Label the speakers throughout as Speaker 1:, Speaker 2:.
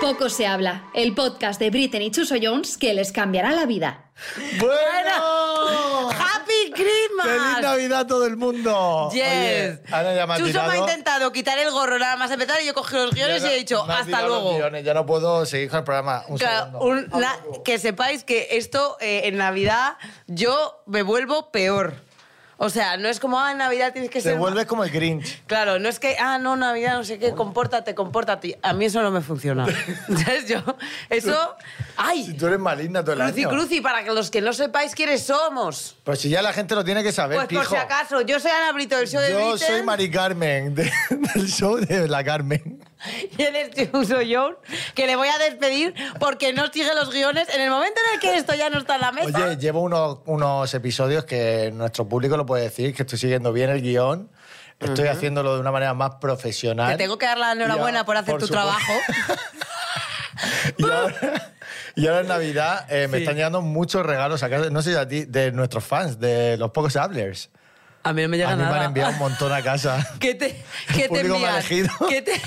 Speaker 1: Poco se habla, el podcast de Britney y Chuso Jones que les cambiará la vida.
Speaker 2: ¡Bueno!
Speaker 3: ¡Happy
Speaker 2: ¡Feliz
Speaker 3: Christmas!
Speaker 2: Navidad a todo el mundo!
Speaker 3: Yes.
Speaker 2: Oye, Ana ya me ha
Speaker 3: Chuso me ha
Speaker 2: tirado-
Speaker 3: intentado quitar el gorro nada más empezar y yo he cogido los guiones
Speaker 2: Ya
Speaker 3: y he
Speaker 2: no-
Speaker 3: dicho
Speaker 2: me ha
Speaker 3: hasta
Speaker 2: tirado los
Speaker 3: luego.
Speaker 2: guiones, ya no puedo seguir con el programa. Un
Speaker 3: Claro,
Speaker 2: segundo.
Speaker 3: un- la- que sepáis que esto eh, en Navidad yo me vuelvo peor. O sea, no es como, ah, en Navidad tienes que
Speaker 2: Te
Speaker 3: ser...
Speaker 2: vuelves como el Grinch.
Speaker 3: Claro, no es que, ah, no, Navidad, no sé qué, compórtate, compórtate. A mí eso no me funciona. ¿Sabes? Yo, eso...
Speaker 2: Si
Speaker 3: ¡Ay!
Speaker 2: tú eres maligna todo el
Speaker 3: Cruci,
Speaker 2: año.
Speaker 3: cruci, para que los que no sepáis quiénes somos.
Speaker 2: Pero si ya la gente lo tiene que saber,
Speaker 3: Pues por
Speaker 2: pijo.
Speaker 3: si acaso, yo soy Ana Brito del show de
Speaker 2: Yo
Speaker 3: Beatles.
Speaker 2: soy Mari Carmen, de- del show de la Carmen.
Speaker 3: Y él es Chuso Jones, que le voy a despedir porque no sigue los guiones. En el momento en el que esto ya no está en la mesa.
Speaker 2: Oye, llevo unos, unos episodios que nuestro público lo puede decir, que estoy siguiendo bien el guión, estoy haciéndolo de una manera más profesional.
Speaker 3: Te tengo que dar la enhorabuena
Speaker 2: Ya,
Speaker 3: por hacer
Speaker 2: por
Speaker 3: tu
Speaker 2: supuesto.
Speaker 3: trabajo.
Speaker 2: Y ahora, y ahora en Navidad eh, me están llegando muchos regalos a casa, no sé si a ti, de nuestros fans, de los pocos hablers.
Speaker 3: A mí no me llega
Speaker 2: A mí me
Speaker 3: nada.
Speaker 2: han enviado un montón a casa.
Speaker 3: ¿Qué te, qué te
Speaker 2: público me ha
Speaker 3: envían?
Speaker 2: elegido.
Speaker 3: ¿Qué te-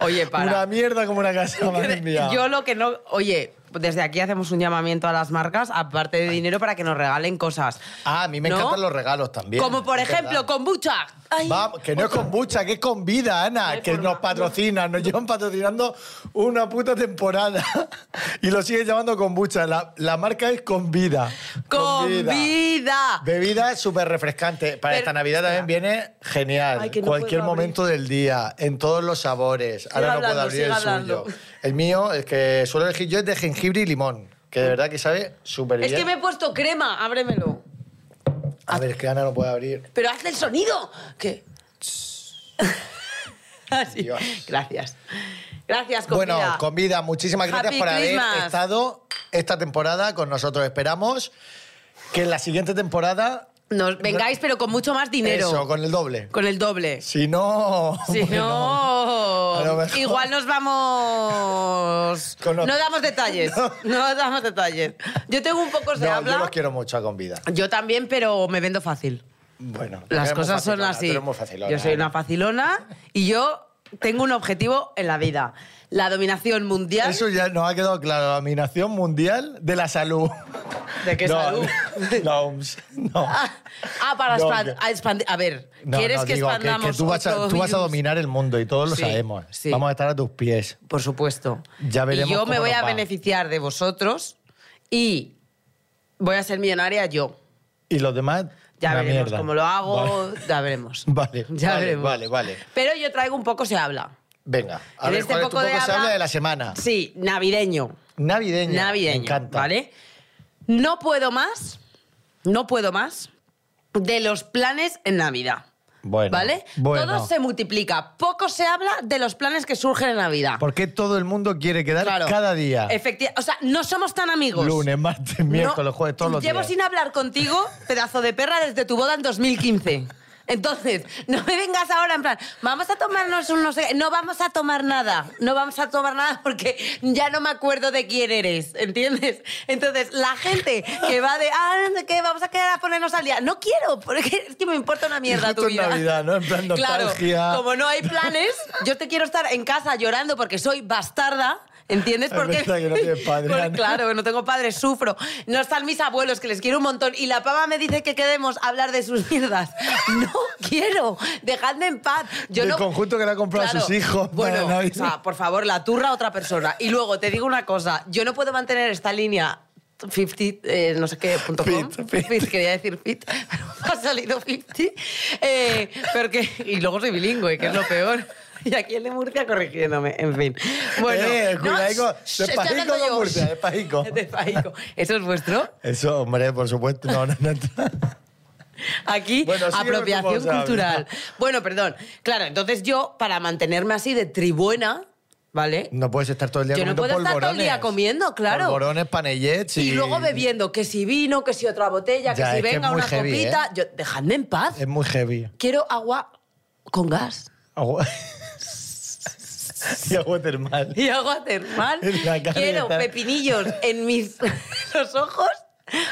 Speaker 3: Oye,
Speaker 2: Una
Speaker 3: para.
Speaker 2: mierda como una casa me han enviado.
Speaker 3: Yo lo que no. Oye, desde aquí hacemos un llamamiento a las marcas, aparte de dinero, para que nos regalen cosas.
Speaker 2: Ah, a mí me
Speaker 3: ¿No?
Speaker 2: encantan los regalos también.
Speaker 3: Como por
Speaker 2: es
Speaker 3: ejemplo,
Speaker 2: verdad.
Speaker 3: kombucha. Ay,
Speaker 2: Vamos, que no es con bucha, que es con vida, Ana, que
Speaker 3: forma.
Speaker 2: nos patrocinan, nos llevan patrocinando una puta temporada y lo siguen llamando con bucha. La, la marca es con vida.
Speaker 3: con vida.
Speaker 2: Bebida súper refrescante. Para
Speaker 3: Pero-
Speaker 2: esta Navidad también viene genial.
Speaker 3: Ay, que no
Speaker 2: Cualquier
Speaker 3: puedo abrir.
Speaker 2: momento del día, en todos los sabores. Ahora no puedo
Speaker 3: hablando,
Speaker 2: abrir el
Speaker 3: sigue hablando.
Speaker 2: suyo. El mío, el que suelo elegir yo, es de jengibre y limón, que de verdad que sabe súper bien.
Speaker 3: Es que me he puesto crema, ábremelo.
Speaker 2: A ver, que Ana no puede abrir.
Speaker 3: Pero hazle el sonido. ¿Qué? Así.
Speaker 2: Dios.
Speaker 3: Ah, Gracias. Gracias, comida.
Speaker 2: Bueno, comida, muchísimas gracias
Speaker 3: Happy
Speaker 2: por haber
Speaker 3: Christmas.
Speaker 2: estado esta temporada con nosotros. Esperamos que en la siguiente temporada...
Speaker 3: Nos vengáis, pero con mucho más dinero.
Speaker 2: Eso,
Speaker 3: con...
Speaker 2: con el doble.
Speaker 3: el doble.
Speaker 2: Si no...
Speaker 3: Si
Speaker 2: bueno. a lo
Speaker 3: no,
Speaker 2: mejor.
Speaker 3: igual nos vamos.
Speaker 2: Con otro.
Speaker 3: No damos detalles.
Speaker 2: No.
Speaker 3: No. damos detalles. Yo tengo un poco se
Speaker 2: No,
Speaker 3: habla.
Speaker 2: yo los quiero mucho a Convida.
Speaker 3: Yo también, pero me vendo fácil.
Speaker 2: Bueno,
Speaker 3: Las
Speaker 2: eres muy
Speaker 3: cosas son
Speaker 2: facilona, tú
Speaker 3: así.
Speaker 2: eres muy facilona,
Speaker 3: yo soy una
Speaker 2: Ana.
Speaker 3: facilona y yo tengo un objetivo en la vida: la dominación mundial.
Speaker 2: Eso ya nos ha quedado claro, la dominación mundial de la salud.
Speaker 3: ¿De qué
Speaker 2: No,
Speaker 3: salud?
Speaker 2: La OMS. No.
Speaker 3: Ah, ah, para
Speaker 2: No,
Speaker 3: expan-
Speaker 2: que-
Speaker 3: a expandir. A ver,
Speaker 2: No,
Speaker 3: ¿quieres
Speaker 2: no,
Speaker 3: que
Speaker 2: digo,
Speaker 3: expandamos?
Speaker 2: tú, vas a,
Speaker 3: otro
Speaker 2: tú vas a
Speaker 3: virus?
Speaker 2: dominar el mundo y todos lo
Speaker 3: Sí,
Speaker 2: sabemos.
Speaker 3: sí.
Speaker 2: Vamos a estar a tus pies.
Speaker 3: Por supuesto.
Speaker 2: Ya veremos
Speaker 3: Y yo
Speaker 2: cómo
Speaker 3: me voy
Speaker 2: nos
Speaker 3: a
Speaker 2: va.
Speaker 3: beneficiar de vosotros y voy a ser millonaria yo.
Speaker 2: Y los demás,
Speaker 3: Ya
Speaker 2: una
Speaker 3: veremos
Speaker 2: mierda.
Speaker 3: cómo lo hago,
Speaker 2: Vale.
Speaker 3: ya veremos.
Speaker 2: Vale,
Speaker 3: ya
Speaker 2: vale,
Speaker 3: veremos.
Speaker 2: vale, vale.
Speaker 3: Pero yo traigo un poco se habla.
Speaker 2: Venga, a
Speaker 3: En
Speaker 2: ver
Speaker 3: este
Speaker 2: cuál es tu
Speaker 3: poco de
Speaker 2: poco se
Speaker 3: habla-
Speaker 2: habla de la semana.
Speaker 3: Sí, navideño.
Speaker 2: Navideño. Ah.
Speaker 3: Navideño.
Speaker 2: Me encanta.
Speaker 3: ¿Vale? No puedo más, no puedo más de los planes en Navidad.
Speaker 2: Bueno,
Speaker 3: ¿Vale?
Speaker 2: bueno.
Speaker 3: Todo se multiplica. Poco se habla de los planes que surgen en Navidad.
Speaker 2: ¿Por qué todo el mundo quiere quedar cada día?
Speaker 3: Efectivamente. O sea, no somos tan amigos.
Speaker 2: Lunes, martes,
Speaker 3: No.
Speaker 2: miércoles, jueves, todos los
Speaker 3: Llevo
Speaker 2: días.
Speaker 3: sin hablar contigo, pedazo de perra, desde tu boda en 2015. Entonces, no me vengas ahora en plan, vamos a tomarnos un no sé qué". No vamos a tomar nada. No vamos a tomar nada porque ya no me acuerdo de quién eres. ¿Entiendes? Entonces, la gente que va de, ah, no sé qué, vamos a quedar a ponernos al día. No quiero, porque es que me importa una mierda
Speaker 2: justo
Speaker 3: tu
Speaker 2: en
Speaker 3: vida.
Speaker 2: Navidad, ¿no? En plan nostalgia.
Speaker 3: Claro, como no hay planes, yo te quiero estar en casa llorando porque soy bastarda. ¿Entiendes?
Speaker 2: Es
Speaker 3: Porque,
Speaker 2: verdad que no tienes padre,
Speaker 3: Porque,
Speaker 2: Ana.
Speaker 3: claro, no tengo padres, sufro. No están mis abuelos, que les quiero un montón. Y la pava me dice que quedemos a hablar de sus mierdas. No quiero. Dejadme en paz. Yo
Speaker 2: Del
Speaker 3: no...
Speaker 2: conjunto que le ha comprado a sus hijos para
Speaker 3: Bueno,
Speaker 2: Navidad.
Speaker 3: o sea, por favor, la turra a otra persona. Y luego te digo una cosa. Yo no puedo mantener esta línea 50, eh, no sé qué, punto com.
Speaker 2: Fit, fit.
Speaker 3: Fit, quería decir fit. Me ha salido 50. Eh, porque, y luego soy bilingüe, que es lo peor. Y aquí el de Murcia corrigiéndome, en fin. Bueno,
Speaker 2: Eh,
Speaker 3: no,
Speaker 2: cuidado,
Speaker 3: shh, shh, estoy
Speaker 2: despajico
Speaker 3: hablando
Speaker 2: con
Speaker 3: yo.
Speaker 2: Murcia, eh. despajico.
Speaker 3: Despajico. ¿Eso es vuestro?
Speaker 2: Eso, hombre, por supuesto. No, no, no.
Speaker 3: Aquí,
Speaker 2: Bueno, sigue con tu
Speaker 3: apropiación
Speaker 2: WhatsApp,
Speaker 3: cultural. Bueno, perdón. Claro, entonces yo, para mantenerme así de tribuena, ¿vale?
Speaker 2: No puedes estar todo el día
Speaker 3: Yo no
Speaker 2: comiendo
Speaker 3: puedo estar todo el
Speaker 2: polvorones.
Speaker 3: día comiendo, claro.
Speaker 2: Polvorones, panellets y...
Speaker 3: Y luego bebiendo, que si vino, que si otra
Speaker 2: Ya,
Speaker 3: botella, que
Speaker 2: es
Speaker 3: si
Speaker 2: que
Speaker 3: venga
Speaker 2: es muy
Speaker 3: una
Speaker 2: heavy,
Speaker 3: copita.
Speaker 2: ¿eh? Em.
Speaker 3: Yo, dejadme en paz.
Speaker 2: Es muy heavy.
Speaker 3: Quiero agua con gas.
Speaker 2: Agua- y agua termal.
Speaker 3: Y agua termal.
Speaker 2: En la cara
Speaker 3: Quiero
Speaker 2: está-
Speaker 3: pepinillos en mis los ojos.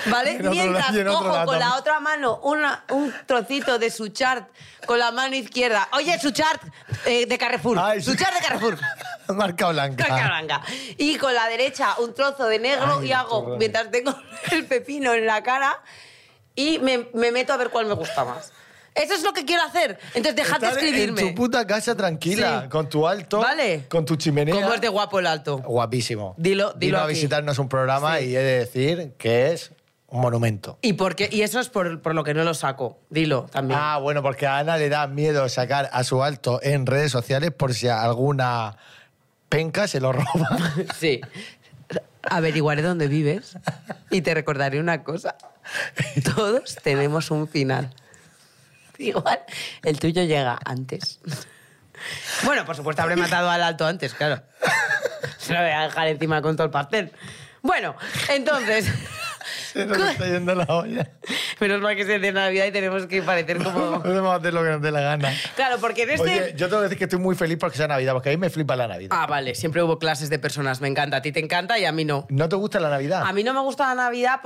Speaker 3: ¿Vale?
Speaker 2: En otro
Speaker 3: Mientras
Speaker 2: lado y en otro
Speaker 3: cojo
Speaker 2: lado.
Speaker 3: con la otra mano una- un trocito de su chart con la mano izquierda. Oye, su chart eh, de Carrefour.
Speaker 2: Ay,
Speaker 3: su
Speaker 2: su-
Speaker 3: chart de Carrefour.
Speaker 2: marca blanca.
Speaker 3: Marca blanca. Y con la derecha un trozo de negro
Speaker 2: Ay,
Speaker 3: y hago,
Speaker 2: qué bueno.
Speaker 3: mientras tengo el pepino en la cara, y me, me meto a ver cuál me gusta más. Eso es lo que quiero hacer. Entonces, dejad de
Speaker 2: Estar
Speaker 3: escribirme.
Speaker 2: En tu puta casa tranquila,
Speaker 3: Sí.
Speaker 2: con tu alto,
Speaker 3: Vale.
Speaker 2: con tu chimenea.
Speaker 3: ¿Cómo es de guapo el alto?
Speaker 2: Guapísimo.
Speaker 3: Dilo- dilo
Speaker 2: Vino a
Speaker 3: aquí.
Speaker 2: visitarnos un programa y he de decir que es un monumento.
Speaker 3: ¿Y, por qué? y eso es por, por lo que no lo saco. Dilo también.
Speaker 2: Ah, bueno, porque a Ana le da miedo sacar a su alto en redes sociales por si alguna penca se lo roba.
Speaker 3: Sí. Averiguaré dónde vives y te recordaré una cosa. Todos tenemos un final. Igual, el tuyo llega antes. Bueno, por supuesto, habré matado al alto antes, claro. Se lo voy a dejar encima con todo el pastel. Bueno, entonces...
Speaker 2: se nos está yendo la olla.
Speaker 3: Menos mal que es de Navidad y tenemos que parecer como...
Speaker 2: Podemos hacer lo que nos dé la gana.
Speaker 3: Claro, porque en Oh. este...
Speaker 2: Oye, yo tengo que decir que estoy muy feliz porque sea Navidad, porque a mí me flipa la Navidad.
Speaker 3: Ah, vale, siempre hubo clases de personas. Me encanta, a ti te encanta y a mí no.
Speaker 2: ¿No te gusta la Navidad?
Speaker 3: A mí no me gusta la Navidad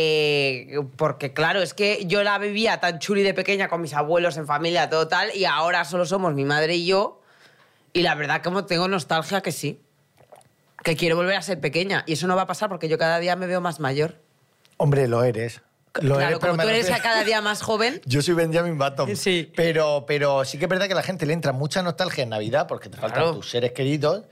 Speaker 3: porque, porque claro, es que yo la vivía tan chuli de pequeña con mis abuelos en familia, todo tal, y ahora solo somos mi madre y yo. Y la verdad, como tengo nostalgia, que sí. Que quiero volver a ser pequeña. Y eso no va a pasar porque yo cada día me veo más mayor.
Speaker 2: Hombre, lo eres. Lo
Speaker 3: claro,
Speaker 2: eres, pero
Speaker 3: como
Speaker 2: me
Speaker 3: tú eres
Speaker 2: refiero-
Speaker 3: a cada día más joven.
Speaker 2: Yo soy Benjamin Button.
Speaker 3: Sí.
Speaker 2: Pero, pero sí que es verdad que a la gente le entra mucha nostalgia en Navidad porque te faltan
Speaker 3: Claro.
Speaker 2: tus seres queridos.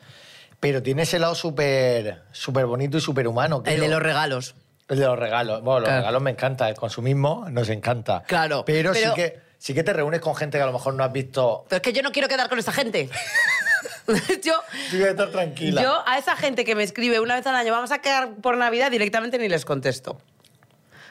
Speaker 2: Pero tiene ese lado súper súper bonito y súper humano.
Speaker 3: El de los regalos.
Speaker 2: El de los regalos. Bueno, los
Speaker 3: Claro.
Speaker 2: regalos me encanta. El consumismo nos encanta.
Speaker 3: Claro,
Speaker 2: Pero, sí,
Speaker 3: pero-
Speaker 2: que, sí que te reúnes con gente que a lo mejor no has visto.
Speaker 3: Pero es que yo no quiero quedar con esa gente. yo,
Speaker 2: Tú que estar tranquila.
Speaker 3: Yo a esa gente que me escribe una vez al año, vamos a quedar por Navidad, directamente ni les contesto.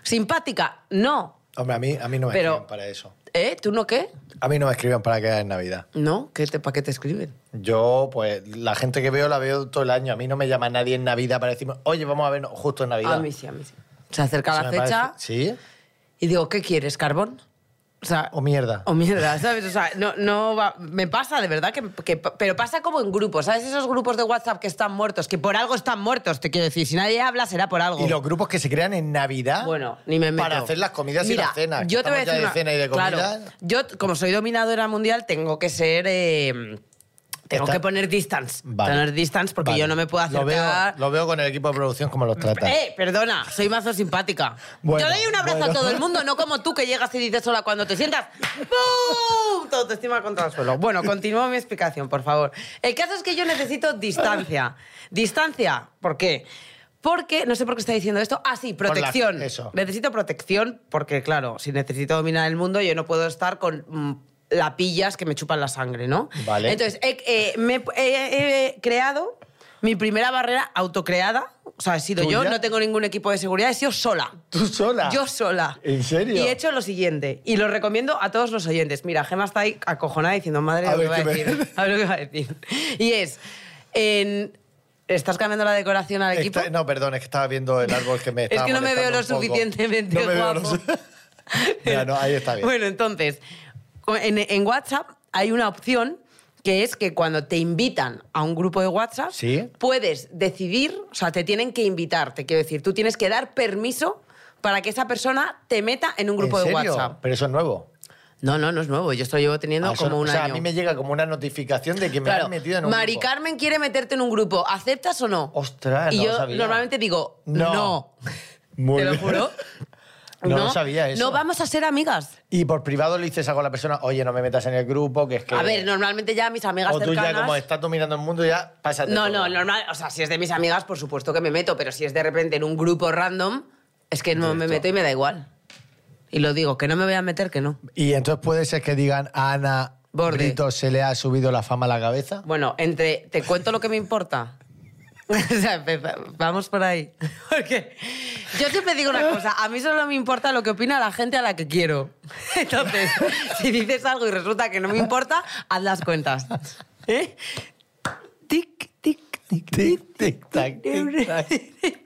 Speaker 3: ¿Simpática? No.
Speaker 2: Hombre, a mí, a mí no me
Speaker 3: Pero-
Speaker 2: escriben para eso.
Speaker 3: ¿Eh? ¿Tú no qué?
Speaker 2: A mí no me escriben para quedar en Navidad.
Speaker 3: No, ¿qué te, ¿para qué te escriben?
Speaker 2: Yo, pues, la gente que veo la veo todo el año. A mí no me llama nadie en Navidad para decirme, oye, vamos a vernos justo en Navidad.
Speaker 3: A mí sí, a mí sí. Se acerca
Speaker 2: Eso
Speaker 3: la
Speaker 2: me parece-
Speaker 3: fecha
Speaker 2: ¿Sí?
Speaker 3: y digo, ¿qué quieres, carbón? O sea,
Speaker 2: O mierda.
Speaker 3: o mierda, ¿sabes? O sea, no, no va- Me pasa, de verdad, que, que- pero pasa como en grupos, ¿sabes? Esos grupos de WhatsApp que están muertos, que por algo están muertos, te quiero decir. Si nadie habla, será por algo.
Speaker 2: Y los grupos que se crean en Navidad
Speaker 3: Bueno, ni me meto.
Speaker 2: para hacer las comidas
Speaker 3: Mira,
Speaker 2: y las cenas. que
Speaker 3: Yo te voy a
Speaker 2: estamos ya
Speaker 3: decir una-
Speaker 2: de cena y de
Speaker 3: claro,
Speaker 2: comida.
Speaker 3: yo, como soy dominadora mundial, tengo que ser... eh, tengo
Speaker 2: Está-
Speaker 3: que poner distance.
Speaker 2: Vale.
Speaker 3: Poner distance porque
Speaker 2: Vale.
Speaker 3: yo no me puedo
Speaker 2: Lo veo,
Speaker 3: acercar...
Speaker 2: lo veo con el equipo de producción como los trata.
Speaker 3: Eh, perdona, soy mazo simpática.
Speaker 2: Bueno,
Speaker 3: Yo doy un abrazo
Speaker 2: bueno.
Speaker 3: a todo el mundo, no como tú que llegas y dices sola cuando te sientas. ¡Pum! Todo te estima contra el suelo. Bueno, continúo mi explicación, por favor. El caso es que yo necesito distancia. ¿Distancia? ¿Por qué? Porque, no sé por qué está diciendo esto. Ah, sí,
Speaker 2: la-
Speaker 3: protección.
Speaker 2: eso.
Speaker 3: Necesito protección porque, claro, si necesito dominar el mundo, yo no puedo estar con mm, lapillas que me chupan la sangre, ¿no?
Speaker 2: Vale.
Speaker 3: Entonces, he- eh, me he- he- he creado mi primera barrera autocreada. O sea, he sido sido yo,
Speaker 2: ¿Tuya?
Speaker 3: no tengo ningún equipo de seguridad, he sido sola.
Speaker 2: ¿Tú sola?
Speaker 3: Yo sola.
Speaker 2: ¿En serio?
Speaker 3: Y he hecho lo siguiente, y lo recomiendo a todos los oyentes. Mira, Gemma está ahí acojonada diciendo, madre,
Speaker 2: A
Speaker 3: lo que
Speaker 2: ver
Speaker 3: va a
Speaker 2: qué me-
Speaker 3: decir. A ver lo que va a decir. Y es, en- ¿estás cambiando la decoración al equipo?
Speaker 2: Está- no, perdón, es que estaba viendo el árbol que me
Speaker 3: Es
Speaker 2: estaba
Speaker 3: que no me veo
Speaker 2: molestando
Speaker 3: lo
Speaker 2: un poco.
Speaker 3: suficientemente
Speaker 2: No me veo lo
Speaker 3: guapo.
Speaker 2: su- Mira, no, ahí está bien.
Speaker 3: Bueno, entonces, en, en WhatsApp hay una opción que es que cuando te invitan a un grupo de WhatsApp,
Speaker 2: Sí.
Speaker 3: puedes decidir, o sea, te tienen que invitar, te quiero decir, tú tienes que dar permiso para que esa persona te meta en un grupo
Speaker 2: ¿En
Speaker 3: de
Speaker 2: serio?
Speaker 3: WhatsApp.
Speaker 2: Pero eso es nuevo.
Speaker 3: No, no, no es nuevo, yo esto lo llevo teniendo
Speaker 2: Ah, eso-
Speaker 3: como un
Speaker 2: o sea,
Speaker 3: año.
Speaker 2: a mí me llega como una notificación de que me
Speaker 3: Claro,
Speaker 2: han metido en un
Speaker 3: Mari
Speaker 2: grupo.
Speaker 3: Carmen quiere meterte en un grupo, ¿aceptas o no?
Speaker 2: Ostras,
Speaker 3: y
Speaker 2: no
Speaker 3: yo
Speaker 2: lo sabía.
Speaker 3: normalmente digo,
Speaker 2: No.
Speaker 3: no,
Speaker 2: Muy
Speaker 3: te lo
Speaker 2: bien.
Speaker 3: juro.
Speaker 2: No lo sabía eso.
Speaker 3: No vamos a ser amigas.
Speaker 2: Y por privado le dices algo a la persona, oye, no me metas en el grupo, que es que...
Speaker 3: A ver, normalmente ya mis amigas
Speaker 2: O tú
Speaker 3: cercanas...
Speaker 2: ya como estás dominando el mundo, ya pásate
Speaker 3: No,
Speaker 2: todo.
Speaker 3: no, normal. O sea, si es de mis amigas, por supuesto que me meto, pero si es de repente en un grupo random, es que no me
Speaker 2: Directo.
Speaker 3: meto y me da igual. Y lo digo, que no me voy a meter, que no.
Speaker 2: Y entonces puede ser que digan a Ana
Speaker 3: Borde.
Speaker 2: Brito se le ha subido la fama a la cabeza.
Speaker 3: Bueno, entre te cuento lo que me importa. O sea, empeza- vamos por ahí. Porque yo siempre digo una cosa, a mí solo me importa lo que opina la gente a la que quiero. Entonces, si dices algo y resulta que no me importa, haz las cuentas. ¿Eh? Tic, tic, tic,
Speaker 2: Tic, tic, tac, tic, tac.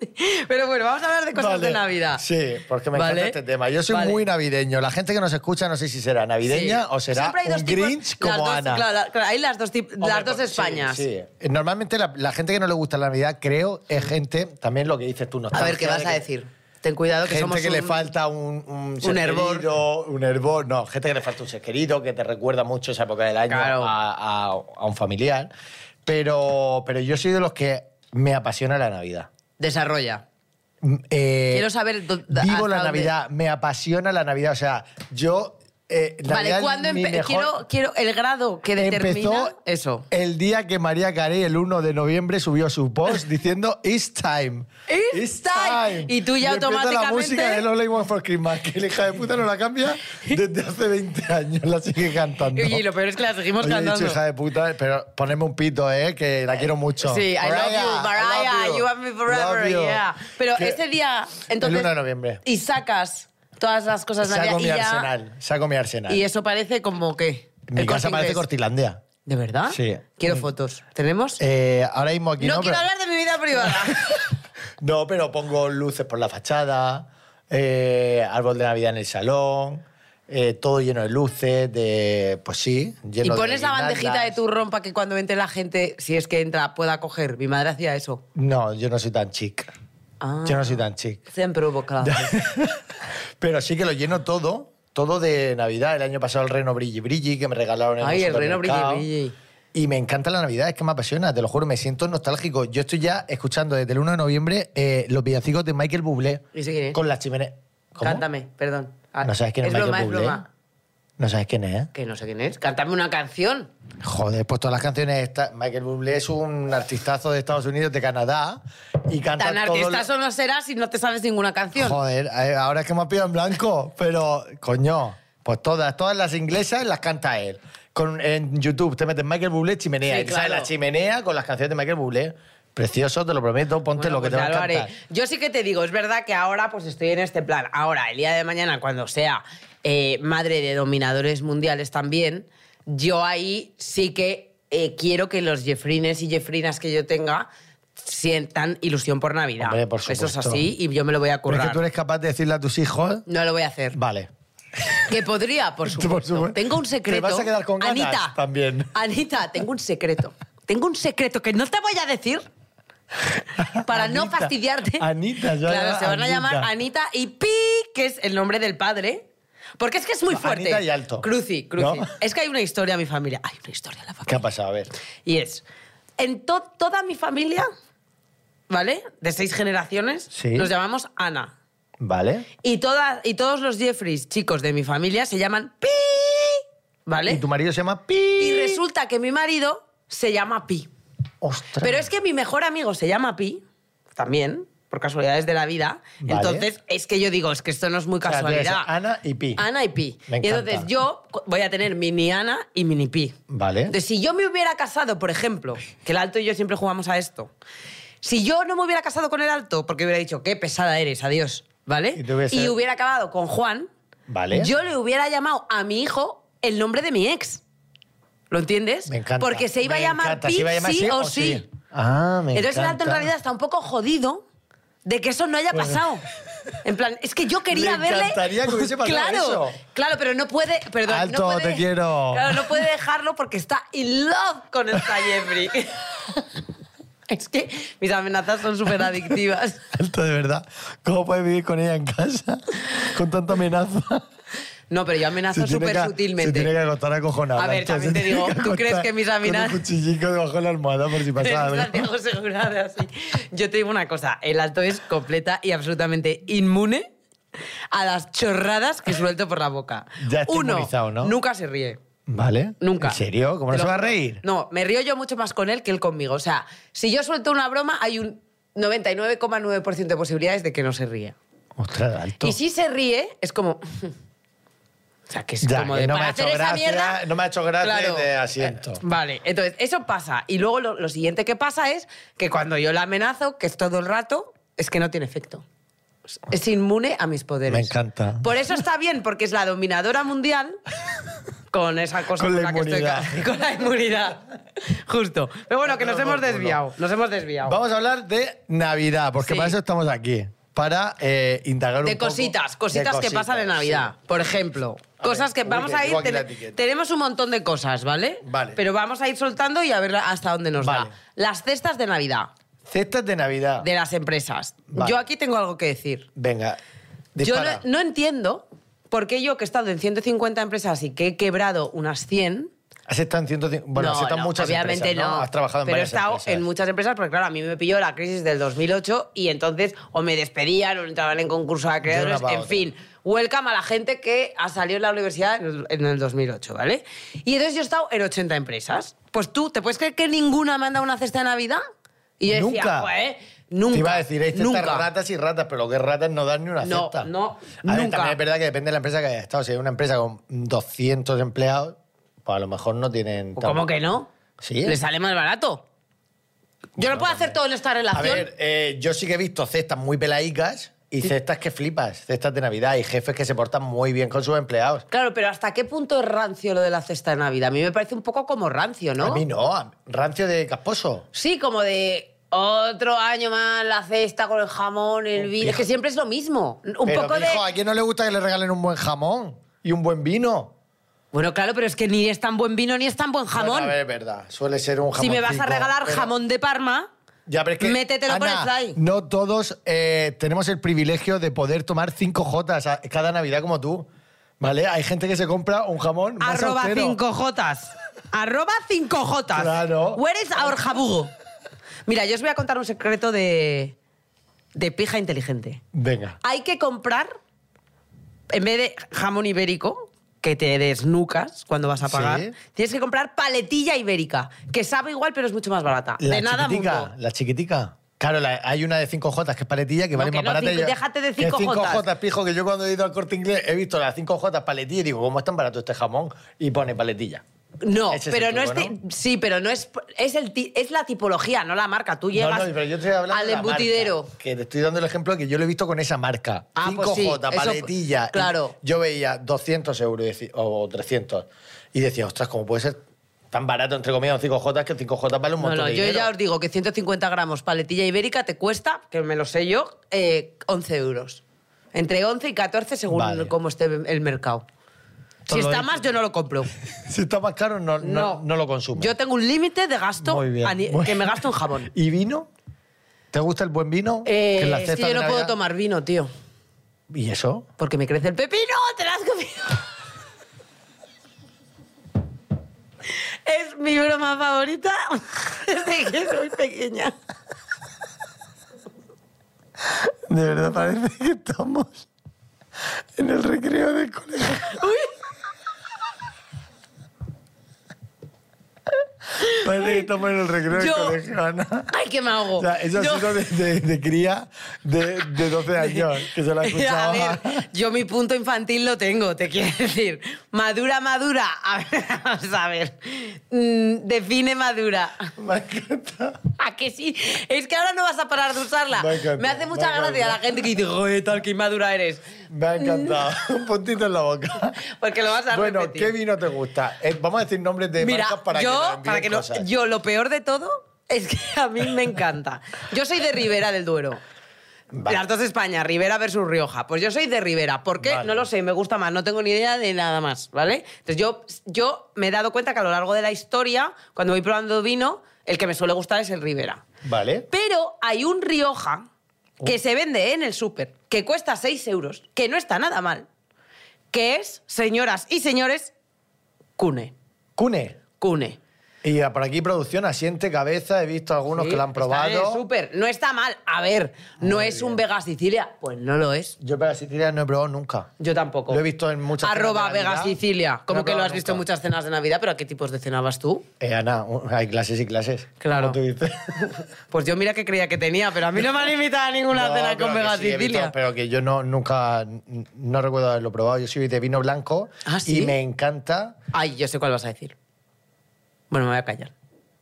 Speaker 3: Pero bueno, vamos a hablar de cosas
Speaker 2: Vale.
Speaker 3: de Navidad.
Speaker 2: Sí, porque me
Speaker 3: Vale.
Speaker 2: encanta este tema. Yo soy
Speaker 3: Vale.
Speaker 2: muy navideño. La gente que nos escucha no sé si será navideña
Speaker 3: Sí.
Speaker 2: o será
Speaker 3: Siempre hay dos
Speaker 2: un
Speaker 3: tipos-
Speaker 2: Grinch
Speaker 3: las
Speaker 2: como
Speaker 3: dos-
Speaker 2: Ana.
Speaker 3: Claro, la- claro, hay las dos, tip-
Speaker 2: Hombre,
Speaker 3: las dos
Speaker 2: por- sí,
Speaker 3: Españas.
Speaker 2: sí. Normalmente la, la gente que no le gusta la Navidad, creo, es gente, también lo que dices tú,
Speaker 3: A
Speaker 2: nostalgia.
Speaker 3: ver, ¿qué vas
Speaker 2: de
Speaker 3: a
Speaker 2: que-
Speaker 3: decir? Ten cuidado que
Speaker 2: gente
Speaker 3: somos
Speaker 2: que le
Speaker 3: un-
Speaker 2: falta un, un, ser
Speaker 3: hervor.
Speaker 2: querido, un hervor, no, gente que le falta un ser querido, que te recuerda mucho esa época del año
Speaker 3: Claro.
Speaker 2: a, a- a un familiar. Pero, pero yo soy de los que me apasiona la Navidad.
Speaker 3: Desarrolla.
Speaker 2: Mm, eh,
Speaker 3: Quiero saber do-
Speaker 2: Vivo
Speaker 3: hasta
Speaker 2: la
Speaker 3: dónde.
Speaker 2: Navidad, me apasiona la Navidad. O sea, yo. eh, Navidad
Speaker 3: vale,
Speaker 2: es
Speaker 3: ¿cuándo
Speaker 2: mi
Speaker 3: empe-
Speaker 2: mejor-
Speaker 3: quiero, quiero el grado que determina
Speaker 2: Empezó
Speaker 3: eso.
Speaker 2: el día que María Carey, el 1 de noviembre, subió su post diciendo It's time.
Speaker 3: It's time. Y tú ya
Speaker 2: empieza la
Speaker 3: automáticamente-
Speaker 2: música de Lonely One for Christmas, que la hija de puta no la cambia desde hace 20 años. La sigue cantando.
Speaker 3: Oye, y lo peor es que la seguimos
Speaker 2: Oye, he dicho
Speaker 3: cantando.
Speaker 2: hija de puta, pero poneme un pito, ¿eh? Que la quiero mucho.
Speaker 3: Sí, I love
Speaker 2: Mariah,
Speaker 3: you, Mariah,
Speaker 2: I love
Speaker 3: you and me
Speaker 2: Love
Speaker 3: forever,
Speaker 2: you.
Speaker 3: yeah. Pero
Speaker 2: Que-
Speaker 3: ese día, entonces...
Speaker 2: 1 de noviembre.
Speaker 3: Y sacas todas las cosas
Speaker 2: Saco
Speaker 3: navideñas
Speaker 2: mi
Speaker 3: y ya-
Speaker 2: arsenal, saco mi arsenal.
Speaker 3: Y eso parece como que...
Speaker 2: mi
Speaker 3: el
Speaker 2: casa
Speaker 3: Corte
Speaker 2: parece
Speaker 3: Inglés.
Speaker 2: Cortilandia.
Speaker 3: ¿De verdad?
Speaker 2: Sí. Mm.
Speaker 3: Quiero fotos. ¿Tenemos?
Speaker 2: Eh, ahora mismo aquí
Speaker 3: no
Speaker 2: no,
Speaker 3: quiero
Speaker 2: pero-
Speaker 3: hablar de mi vida privada.
Speaker 2: No, pero pongo luces por la fachada, eh, árbol de Navidad en el salón, eh, todo lleno de luces, de. Pues sí,
Speaker 3: y
Speaker 2: lleno de
Speaker 3: pones la bandejita de
Speaker 2: guirnaldas.
Speaker 3: turrón para que cuando entre la gente, si es que entra, pueda coger. Mi madre hacía eso.
Speaker 2: No, yo no soy tan chic.
Speaker 3: Ah.
Speaker 2: Yo no soy tan chic.
Speaker 3: Siempre hubo clase.
Speaker 2: Pero sí que lo lleno todo, todo de Navidad. El año pasado el reno Brilli Brilli que me regalaron en
Speaker 3: Ay,
Speaker 2: un
Speaker 3: el reno
Speaker 2: supermercado.
Speaker 3: brilli brilli.
Speaker 2: Y me encanta la Navidad, es que me apasiona, te lo juro, me siento nostálgico. Yo estoy ya escuchando desde el 1 de noviembre eh, los villancicos de Michael Bublé
Speaker 3: ¿Y ese quién es?
Speaker 2: con las chimeneas. ¿Cómo?
Speaker 3: Cántame, perdón. Ah,
Speaker 2: ¿No sabes quién es,
Speaker 3: es broma,
Speaker 2: Michael
Speaker 3: es
Speaker 2: Bublé?
Speaker 3: broma.
Speaker 2: ¿No sabes quién es? ¿eh?
Speaker 3: Que no sé quién es. Cántame una canción.
Speaker 2: Joder, pues todas las canciones está- Michael Bublé es un artistazo de Estados Unidos, de Canadá, y canta
Speaker 3: Tan
Speaker 2: todo lo-
Speaker 3: artista o no serás si no te sabes ninguna canción.
Speaker 2: Joder, eh, ahora es que me ha pillado en blanco, pero coño, pues todas, todas las inglesas las canta él. Con, en YouTube te metes Michael Bublé chimenea,
Speaker 3: Sí,
Speaker 2: y te sale
Speaker 3: claro.
Speaker 2: la chimenea con las canciones de Michael Bublé. Precioso, te lo prometo, ponte
Speaker 3: Bueno,
Speaker 2: lo que
Speaker 3: pues
Speaker 2: te va
Speaker 3: ya
Speaker 2: a
Speaker 3: lo haré.
Speaker 2: encantar.
Speaker 3: Yo sí que te digo, es verdad que ahora pues estoy en este plan. Ahora, el día de mañana, cuando sea eh, madre de dominadores mundiales también, yo ahí sí que eh, quiero que los jeffrines y jeffrinas que yo tenga sientan ilusión por Navidad.
Speaker 2: Hombre, por
Speaker 3: Eso es
Speaker 2: supuesto.
Speaker 3: así y yo me lo voy a
Speaker 2: Pero es
Speaker 3: currar.
Speaker 2: que tú eres capaz de decirle a tus hijos,
Speaker 3: No lo voy a hacer.
Speaker 2: vale.
Speaker 3: Que podría, por supuesto.
Speaker 2: supuesto.
Speaker 3: Tengo un secreto.
Speaker 2: Te vas a quedar con ganas
Speaker 3: Anita,
Speaker 2: también.
Speaker 3: Anita, tengo un secreto. Tengo un secreto que no te voy a decir para no
Speaker 2: Anita.
Speaker 3: fastidiarte.
Speaker 2: Anita, yo
Speaker 3: Claro,
Speaker 2: llamo
Speaker 3: se van a
Speaker 2: Anita.
Speaker 3: llamar Anita y Pi, que es el nombre del padre. Porque es que es muy
Speaker 2: No,
Speaker 3: fuerte.
Speaker 2: Anita y alto.
Speaker 3: Cruci, Cruci.
Speaker 2: ¿No?
Speaker 3: Es que hay una historia en mi familia. Hay una historia en la
Speaker 2: ¿Qué
Speaker 3: familia.
Speaker 2: ha pasado? A ver.
Speaker 3: Y es, en to- toda mi familia, ¿vale? De seis generaciones,
Speaker 2: Sí.
Speaker 3: nos llamamos Ana.
Speaker 2: ¿Vale?
Speaker 3: Y, todas y todos los Jeffries, chicos de mi familia, se llaman Pi. ¿Vale?
Speaker 2: Y tu marido se llama Pi.
Speaker 3: Y resulta que mi marido se llama Pi.
Speaker 2: Ostras.
Speaker 3: Pero es que mi mejor amigo se llama Pi, también, por casualidades de la vida.
Speaker 2: Vale.
Speaker 3: Entonces, es que yo digo, es que esto no es muy
Speaker 2: sea, tiene que ser
Speaker 3: casualidad.
Speaker 2: Ana y Pi.
Speaker 3: Ana y Pi.
Speaker 2: Me
Speaker 3: y entonces
Speaker 2: encanta.
Speaker 3: yo co- voy a tener mini Ana y mini Pi.
Speaker 2: Vale.
Speaker 3: Entonces, si yo me hubiera casado, por ejemplo, que el alto y yo siempre jugamos a esto, si yo no me hubiera casado con el alto, porque hubiera dicho, qué pesada eres, adiós, ¿vale?
Speaker 2: Y te hubiese-
Speaker 3: Y hubiera acabado con Juan,
Speaker 2: Vale.
Speaker 3: yo le hubiera llamado a mi hijo el nombre de mi ex. ¿Lo entiendes?
Speaker 2: Me encanta.
Speaker 3: Porque se iba a
Speaker 2: Me
Speaker 3: llamar
Speaker 2: encanta.
Speaker 3: Pi,
Speaker 2: ¿Se iba a llamar
Speaker 3: sí o sí.
Speaker 2: Ah, me
Speaker 3: Entonces el
Speaker 2: encanta.
Speaker 3: alto en realidad está un poco jodido de que eso no haya pasado. En plan, es que yo quería
Speaker 2: Le
Speaker 3: verle.
Speaker 2: encantaría que hubiese pasado
Speaker 3: claro,
Speaker 2: eso.
Speaker 3: Claro, pero no puede. Perdón, no
Speaker 2: Alto,
Speaker 3: puede-
Speaker 2: te quiero.
Speaker 3: Claro, no puede dejarlo porque está in love con esta Jeffrey. es que mis amenazas son súper adictivas.
Speaker 2: Alto, de verdad. ¿Cómo puedes vivir con ella en casa? Con tanta amenaza.
Speaker 3: No, pero yo
Speaker 2: Se
Speaker 3: amenazo
Speaker 2: tiene
Speaker 3: súper
Speaker 2: que-
Speaker 3: sutilmente.
Speaker 2: Se tiene que acostar acojonado.
Speaker 3: A ver,
Speaker 2: Alto,
Speaker 3: también
Speaker 2: se
Speaker 3: te
Speaker 2: tiene
Speaker 3: digo,
Speaker 2: que
Speaker 3: ¿tú
Speaker 2: acostar
Speaker 3: crees que mis amenazas-
Speaker 2: Con un cuchillico debajo de la almohada por si pasaba
Speaker 3: Eres
Speaker 2: algo.
Speaker 3: Santiago Segura, así. Yo te digo una cosa, el alto es completa y absolutamente inmune a las chorradas que suelto por la boca.
Speaker 2: Ya está
Speaker 3: Uno,
Speaker 2: inmunizado, ¿no?
Speaker 3: nunca se ríe.
Speaker 2: ¿Vale?
Speaker 3: Nunca.
Speaker 2: ¿En serio? ¿Cómo no
Speaker 3: Te
Speaker 2: se
Speaker 3: lo
Speaker 2: va a
Speaker 3: juro.
Speaker 2: reír?
Speaker 3: No, me río yo mucho más con él que él conmigo. O sea, si yo suelto una broma, hay un 99,9% de posibilidades de que no se ríe.
Speaker 2: Ostras, alto.
Speaker 3: Y si se ríe, es como... O sea, que es
Speaker 2: Ya,
Speaker 3: como
Speaker 2: que
Speaker 3: de...
Speaker 2: no me
Speaker 3: para
Speaker 2: ha hecho
Speaker 3: hacer esa
Speaker 2: gracia,
Speaker 3: mierda,
Speaker 2: no me ha hecho gracia de asiento.
Speaker 3: Eh, Vale, entonces eso pasa. Y luego lo, lo siguiente que pasa es que cuando yo la amenazo, que es todo el rato, es que no tiene efecto. Es inmune a mis poderes.
Speaker 2: Me encanta.
Speaker 3: Por eso está bien, porque es la dominadora mundial con esa cosa
Speaker 2: Con la
Speaker 3: que estoy
Speaker 2: inmunidad.
Speaker 3: ca- con la inmunidad. Justo. Pero bueno, que nos
Speaker 2: Pero
Speaker 3: hemos
Speaker 2: por culo.
Speaker 3: desviado. Nos hemos desviado.
Speaker 2: Vamos a hablar de Navidad, porque
Speaker 3: Sí.
Speaker 2: para eso estamos aquí. Para eh, indagar un
Speaker 3: De
Speaker 2: poco.
Speaker 3: cositas,
Speaker 2: de
Speaker 3: cositas que pasan en
Speaker 2: cositas,
Speaker 3: Navidad, por ejemplo.
Speaker 2: A
Speaker 3: Cosas
Speaker 2: ver,
Speaker 3: que
Speaker 2: uy,
Speaker 3: vamos
Speaker 2: que
Speaker 3: a ir.
Speaker 2: tengo aquí la
Speaker 3: tene-
Speaker 2: etiqueta.
Speaker 3: tenemos un montón de cosas, ¿vale?
Speaker 2: Vale.
Speaker 3: Pero vamos a ir soltando y a ver hasta dónde nos
Speaker 2: Vale.
Speaker 3: da. Las cestas de Navidad
Speaker 2: sí. Cestas de Navidad.
Speaker 3: de las empresas.
Speaker 2: Vale.
Speaker 3: Yo aquí tengo algo que decir.
Speaker 2: Venga,
Speaker 3: Yo
Speaker 2: dispara.
Speaker 3: no, no entiendo por qué yo, que he estado en 150 empresas y que he quebrado unas 100,
Speaker 2: Has estado en 150. Bueno, has estado en muchas
Speaker 3: obviamente
Speaker 2: empresas,
Speaker 3: no.
Speaker 2: Has trabajado en
Speaker 3: Pero he
Speaker 2: varias
Speaker 3: estado
Speaker 2: empresas.
Speaker 3: en muchas empresas porque, claro, a mí me pilló la crisis del 2008 y entonces o me despedían o entraban en concurso a creadores.
Speaker 2: pa'
Speaker 3: En
Speaker 2: otra.
Speaker 3: fin, welcome a la gente que ha salido de la universidad en el- en el 2008, ¿vale? Y entonces yo he estado en 80 empresas. Pues tú, ¿te puedes creer que ninguna me han dado una cesta de Navidad? Y yo
Speaker 2: Nunca.
Speaker 3: decía, pues, nunca.
Speaker 2: Te iba a decir, "Este hay cestas
Speaker 3: nunca.
Speaker 2: ratas y ratas, pero lo que es ratas no dan ni una
Speaker 3: No,
Speaker 2: cesta.
Speaker 3: no,
Speaker 2: A ver,
Speaker 3: nunca.
Speaker 2: también es verdad que depende de la empresa que haya estado. Si hay una empresa con 200 empleados, pues a lo mejor no tienen...
Speaker 3: Pues, ¿Cómo que no?
Speaker 2: Sí.
Speaker 3: Le sale más barato. Yo no puedo hacer todo en esta
Speaker 2: A
Speaker 3: relación.
Speaker 2: ver, eh, yo sí que he visto cestas muy pelaicas y cestas que flipas, cestas de Navidad y jefes que se portan muy bien con sus empleados.
Speaker 3: Claro, pero ¿hasta qué punto es rancio lo de la cesta de Navidad? A mí me parece un poco como rancio, ¿no?
Speaker 2: A mí no, a- rancio de casposo.
Speaker 3: Sí, como de otro año más la cesta con el jamón, el vino. Es que siempre es lo mismo. Un
Speaker 2: Oh, pero,
Speaker 3: poco de.
Speaker 2: mijo, ¿a quién no le gusta que le regalen un buen jamón y un buen vino?
Speaker 3: Bueno, claro, pero es que ni es tan buen vino ni es tan buen jamón.
Speaker 2: Bueno, a ver, es verdad, suele ser un jamón.
Speaker 3: si me vas a regalar jamón de Parma.
Speaker 2: Ya, pero es que,
Speaker 3: Métetelo por el
Speaker 2: Ana,
Speaker 3: fly.
Speaker 2: No todos eh, tenemos el privilegio de poder tomar 5 Jotas a- cada Navidad como tú. ¿Vale? Hay gente que se compra un jamón más
Speaker 3: Arroba
Speaker 2: austero.
Speaker 3: 5J. Arroba 5J.
Speaker 2: Claro.
Speaker 3: Where is our jabugo? Mira, yo os voy a contar un secreto de. de pija inteligente.
Speaker 2: Venga.
Speaker 3: hay que comprar, en vez de jamón ibérico, que te desnucas cuando vas a pagar,
Speaker 2: Sí.
Speaker 3: tienes que comprar paletilla ibérica, que sabe igual, pero es mucho más barata. de nada
Speaker 2: chiquitica,
Speaker 3: mundo.
Speaker 2: La chiquitica. Claro, la- hay una de 5 Jotas que es paletilla que
Speaker 3: No,
Speaker 2: vale
Speaker 3: que
Speaker 2: más
Speaker 3: no,
Speaker 2: barata.
Speaker 3: cinco-
Speaker 2: y-
Speaker 3: déjate de
Speaker 2: que
Speaker 3: cinco
Speaker 2: cinco
Speaker 3: Jotas.
Speaker 2: Jotas, pijo, que yo cuando he ido al corte inglés he visto las 5 Jotas paletilla y digo, ¿cómo es tan barato este jamón? Y pone paletilla.
Speaker 3: No,
Speaker 2: Ese es
Speaker 3: pero
Speaker 2: el
Speaker 3: no es
Speaker 2: truco,
Speaker 3: ti- sí, pero no es es el ti- es la tipología, no la marca. Tú
Speaker 2: No,
Speaker 3: llegas
Speaker 2: no, pero yo estoy hablando
Speaker 3: al
Speaker 2: de la marca,
Speaker 3: embutidero.
Speaker 2: que te estoy dando el ejemplo de que yo lo he visto con esa marca.
Speaker 3: Ah,
Speaker 2: 5J,
Speaker 3: pues sí, eso-
Speaker 2: paletilla. y
Speaker 3: claro.
Speaker 2: Yo veía 200 euros y deci- o 300 y decía, ostras, ¿cómo puede ser tan barato, entre comillas, un 5J? Que el 5J vale un
Speaker 3: No,
Speaker 2: montón
Speaker 3: no,
Speaker 2: de
Speaker 3: yo
Speaker 2: dinero.
Speaker 3: ya os digo que 150 gramos paletilla ibérica te cuesta, que me lo sé yo, eh, 11 euros. Entre 11 y 14 según
Speaker 2: Vale.
Speaker 3: cómo esté el mercado.
Speaker 2: Todo
Speaker 3: si está
Speaker 2: ahí.
Speaker 3: más, yo no lo compro.
Speaker 2: Si está más caro, no, no. no lo consumo.
Speaker 3: Yo tengo un límite de gasto
Speaker 2: Muy bien,
Speaker 3: a ni-
Speaker 2: muy
Speaker 3: que me
Speaker 2: bien.
Speaker 3: gasto en jabón.
Speaker 2: ¿Y vino? ¿Te gusta el buen vino?
Speaker 3: Eh,
Speaker 2: Que en la
Speaker 3: es
Speaker 2: cesta de
Speaker 3: que yo no puedo
Speaker 2: Navidad-
Speaker 3: tomar vino, tío.
Speaker 2: ¿Y eso?
Speaker 3: Porque me crece el pepino, te lo has comido. es mi broma favorita desde que soy pequeña.
Speaker 2: De verdad parece que estamos en el recreo del colegio. Parece que estamos en el recreo del
Speaker 3: Yo-
Speaker 2: colegio, Ana.
Speaker 3: Ay, que me ahogo.
Speaker 2: O sea, eso ha
Speaker 3: Yo-
Speaker 2: sido de, de- de cría de, de 12 años, que se la
Speaker 3: A
Speaker 2: escuchaba.
Speaker 3: ver, yo mi punto infantil lo tengo, te quiero decir. Madura, madura. A ver, vamos a ver. Mm, define madura.
Speaker 2: Me encanta.
Speaker 3: ¿A que sí? Es que ahora no vas a parar de usarla.
Speaker 2: Me
Speaker 3: Me,
Speaker 2: encanta,
Speaker 3: hace
Speaker 2: me
Speaker 3: mucha
Speaker 2: encanta.
Speaker 3: gracia la gente que dice, joder, tal que inmadura eres.
Speaker 2: Me ha encantado. Un puntito en la boca.
Speaker 3: Porque lo vas a
Speaker 2: Bueno,
Speaker 3: repetir.
Speaker 2: ¿qué vino te gusta? Eh, vamos a decir nombres de
Speaker 3: Mira,
Speaker 2: marcas para que
Speaker 3: yo,
Speaker 2: nos envíen
Speaker 3: para que no-
Speaker 2: cosas.
Speaker 3: yo lo peor de todo es que a mí me encanta. Yo soy de Ribera del Duero.
Speaker 2: Vale.
Speaker 3: Las dos España, Ribera versus Rioja. Pues yo soy de Ribera, porque
Speaker 2: Vale.
Speaker 3: no lo sé, me gusta más, no tengo ni idea de nada más, ¿vale? Entonces yo, yo me he dado cuenta que a lo largo de la historia, cuando voy probando vino, el que me suele gustar es el Ribera.
Speaker 2: Vale.
Speaker 3: Pero hay un Rioja
Speaker 2: Oh.
Speaker 3: que se vende en el súper, que cuesta 6 euros, que no está nada mal, que es, señoras y señores, Cune.
Speaker 2: Cune.
Speaker 3: Cune.
Speaker 2: Y ah, por aquí producción asiente cabeza, he visto algunos
Speaker 3: Sí,
Speaker 2: que la han
Speaker 3: está en el
Speaker 2: probado.
Speaker 3: súper, no está mal. A ver, no es un Vega Sicilia, pues no lo es.
Speaker 2: Yo para Sicilia no he probado nunca.
Speaker 3: Yo tampoco.
Speaker 2: Lo he visto en muchas cenas
Speaker 3: Arroba
Speaker 2: de Navidad.
Speaker 3: Vega Sicilia. Como
Speaker 2: No he
Speaker 3: que lo
Speaker 2: probado
Speaker 3: has visto en
Speaker 2: nunca.
Speaker 3: muchas cenas de Navidad, pero ¿a qué tipos de cena vas tú?
Speaker 2: Eh, Ana, un- hay clases y clases.
Speaker 3: Claro.
Speaker 2: como tú dices.
Speaker 3: Pues yo mira que creía que tenía, pero a mí no me han invitado a ninguna
Speaker 2: No,
Speaker 3: cena
Speaker 2: pero
Speaker 3: con
Speaker 2: que
Speaker 3: Vega
Speaker 2: sí, he visto,
Speaker 3: Sicilia.
Speaker 2: pero que yo no, nunca, n- no recuerdo haberlo probado. Yo soy de vino blanco
Speaker 3: Ah, ¿sí?
Speaker 2: y me encanta.
Speaker 3: Ay, yo sé cuál vas a decir. Bueno, me voy a callar.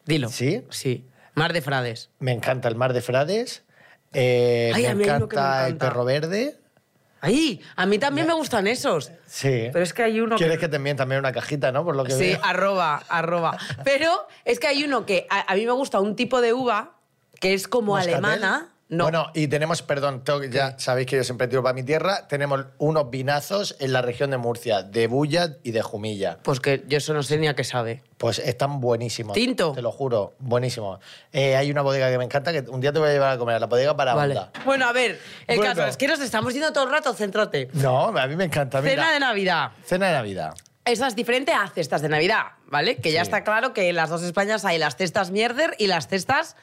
Speaker 3: Dilo.
Speaker 2: ¿Sí?
Speaker 3: Sí. Mar de Frades.
Speaker 2: Me encanta el mar de Frades. eh,
Speaker 3: Ay,
Speaker 2: me,
Speaker 3: a mí hay uno que me
Speaker 2: encanta el
Speaker 3: encanta.
Speaker 2: perro verde.
Speaker 3: ¡Ay! A mí también me gustan esos.
Speaker 2: Sí.
Speaker 3: Pero es que hay uno que-
Speaker 2: Quieres que te envíen también una cajita, ¿no? Por lo que
Speaker 3: Sí,
Speaker 2: veo.
Speaker 3: arroba, arroba. Pero es que hay uno que a, a mí me gusta un tipo de uva que es como
Speaker 2: Moscatel.
Speaker 3: Pues alemana. No.
Speaker 2: Bueno, y tenemos, perdón, tengo que- ya sabéis que yo siempre tiro para mi tierra, tenemos unos vinazos en la región de Murcia, de Bulla y de Jumilla.
Speaker 3: Pues que yo eso no sé ni a qué sabe.
Speaker 2: Pues están buenísimos.
Speaker 3: Tinto.
Speaker 2: Te lo juro, buenísimos. Eh, hay una bodega que me encanta que un día te voy a llevar a comer a la bodega para
Speaker 3: Vale.
Speaker 2: onda.
Speaker 3: Bueno, a ver, el
Speaker 2: Bueno.
Speaker 3: caso es que nos estamos yendo todo el rato, céntrate.
Speaker 2: No, a mí me encanta. Mira,
Speaker 3: Cena de Navidad.
Speaker 2: Cena de Navidad.
Speaker 3: Eso es diferente a cestas de Navidad, ¿vale? Que ya
Speaker 2: Sí.
Speaker 3: está claro que en las dos Españas hay las cestas mierder y las cestas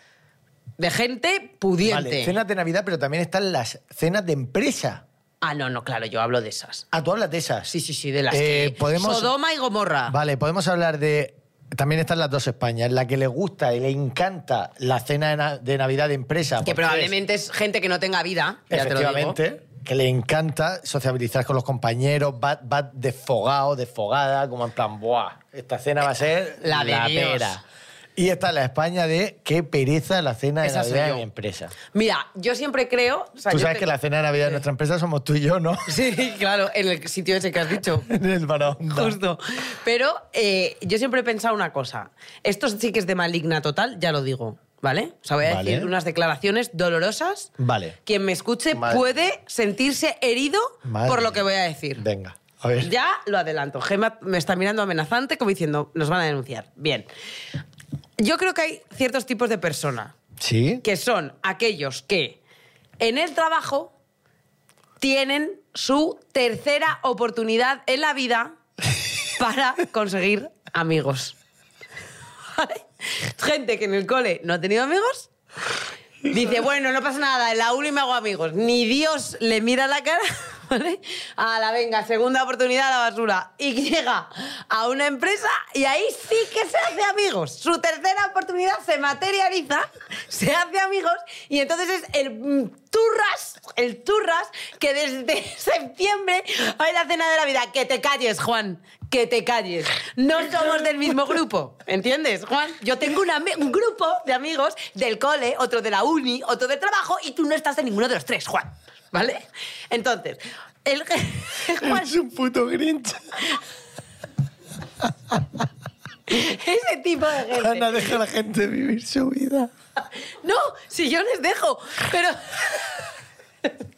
Speaker 3: de gente pudiente.
Speaker 2: Vale, cenas de Navidad, pero también están las cenas de empresa.
Speaker 3: Ah, no, no, claro, yo hablo de esas.
Speaker 2: Ah, tú hablas de esas.
Speaker 3: Sí, sí, sí, de las
Speaker 2: Eh,
Speaker 3: que...
Speaker 2: podemos-
Speaker 3: Sodoma y Gomorra.
Speaker 2: Vale, podemos hablar de. También están las dos Españas, la que le gusta y le encanta la cena de, na- de Navidad de empresa.
Speaker 3: que
Speaker 2: porque
Speaker 3: probablemente es gente que no tenga vida,
Speaker 2: es,
Speaker 3: ya te lo digo.
Speaker 2: pues efectivamente, que le encanta sociabilizar con los compañeros, va, va desfogado, desfogada, como en plan, ¡buah! Esta cena va a ser
Speaker 3: La de Dios.
Speaker 2: pera. Y está la España de qué pereza la cena de
Speaker 3: Esa soy
Speaker 2: Navidad de
Speaker 3: yo.
Speaker 2: mi empresa.
Speaker 3: Mira, yo siempre creo... o sea,
Speaker 2: Tú
Speaker 3: yo
Speaker 2: sabes
Speaker 3: te-
Speaker 2: que la cena de Navidad de nuestra empresa somos tú y yo, ¿no?
Speaker 3: Sí, claro, en el sitio ese que has dicho.
Speaker 2: en el Barahonda.
Speaker 3: Justo. Pero eh, yo siempre he pensado una cosa. Esto sí que es de maligna total, ya lo digo, ¿vale? O sea, voy a
Speaker 2: Vale.
Speaker 3: decir unas declaraciones dolorosas.
Speaker 2: Vale.
Speaker 3: Quien me escuche
Speaker 2: Madre.
Speaker 3: puede sentirse herido
Speaker 2: Madre
Speaker 3: por lo que
Speaker 2: mía.
Speaker 3: voy a decir.
Speaker 2: Venga, a ver.
Speaker 3: Ya lo adelanto. Gemma me está mirando amenazante como diciendo, nos van a denunciar. Bien. Yo creo que hay ciertos tipos de persona
Speaker 2: ¿Sí?
Speaker 3: que son aquellos que en el trabajo tienen su tercera oportunidad en la vida para conseguir amigos. ¿Vale? Gente que en el cole no ha tenido amigos. Dice, bueno, no pasa nada, en la uni me hago amigos. Ni Dios le mira la cara, ¿vale? A la venga, segunda oportunidad a la basura. Y llega a una empresa y ahí sí que se hace amigos. Su tercera oportunidad se materializa, se hace amigos y entonces es el mm, turras, el turras que desde septiembre hay la cena de la vida. Que te calles, Juan, que te calles. No somos del mismo grupo, ¿entiendes, Juan? Yo tengo un, ami- un grupo de amigos del cole, otro de la uni, otro del trabajo y tú no estás en ninguno de los tres, Juan, ¿vale? Entonces, el, el Juan
Speaker 2: Es un puto grinch.
Speaker 3: ese tipo de gente.
Speaker 2: Ana deja a la gente vivir su vida.
Speaker 3: No, si yo les dejo, pero...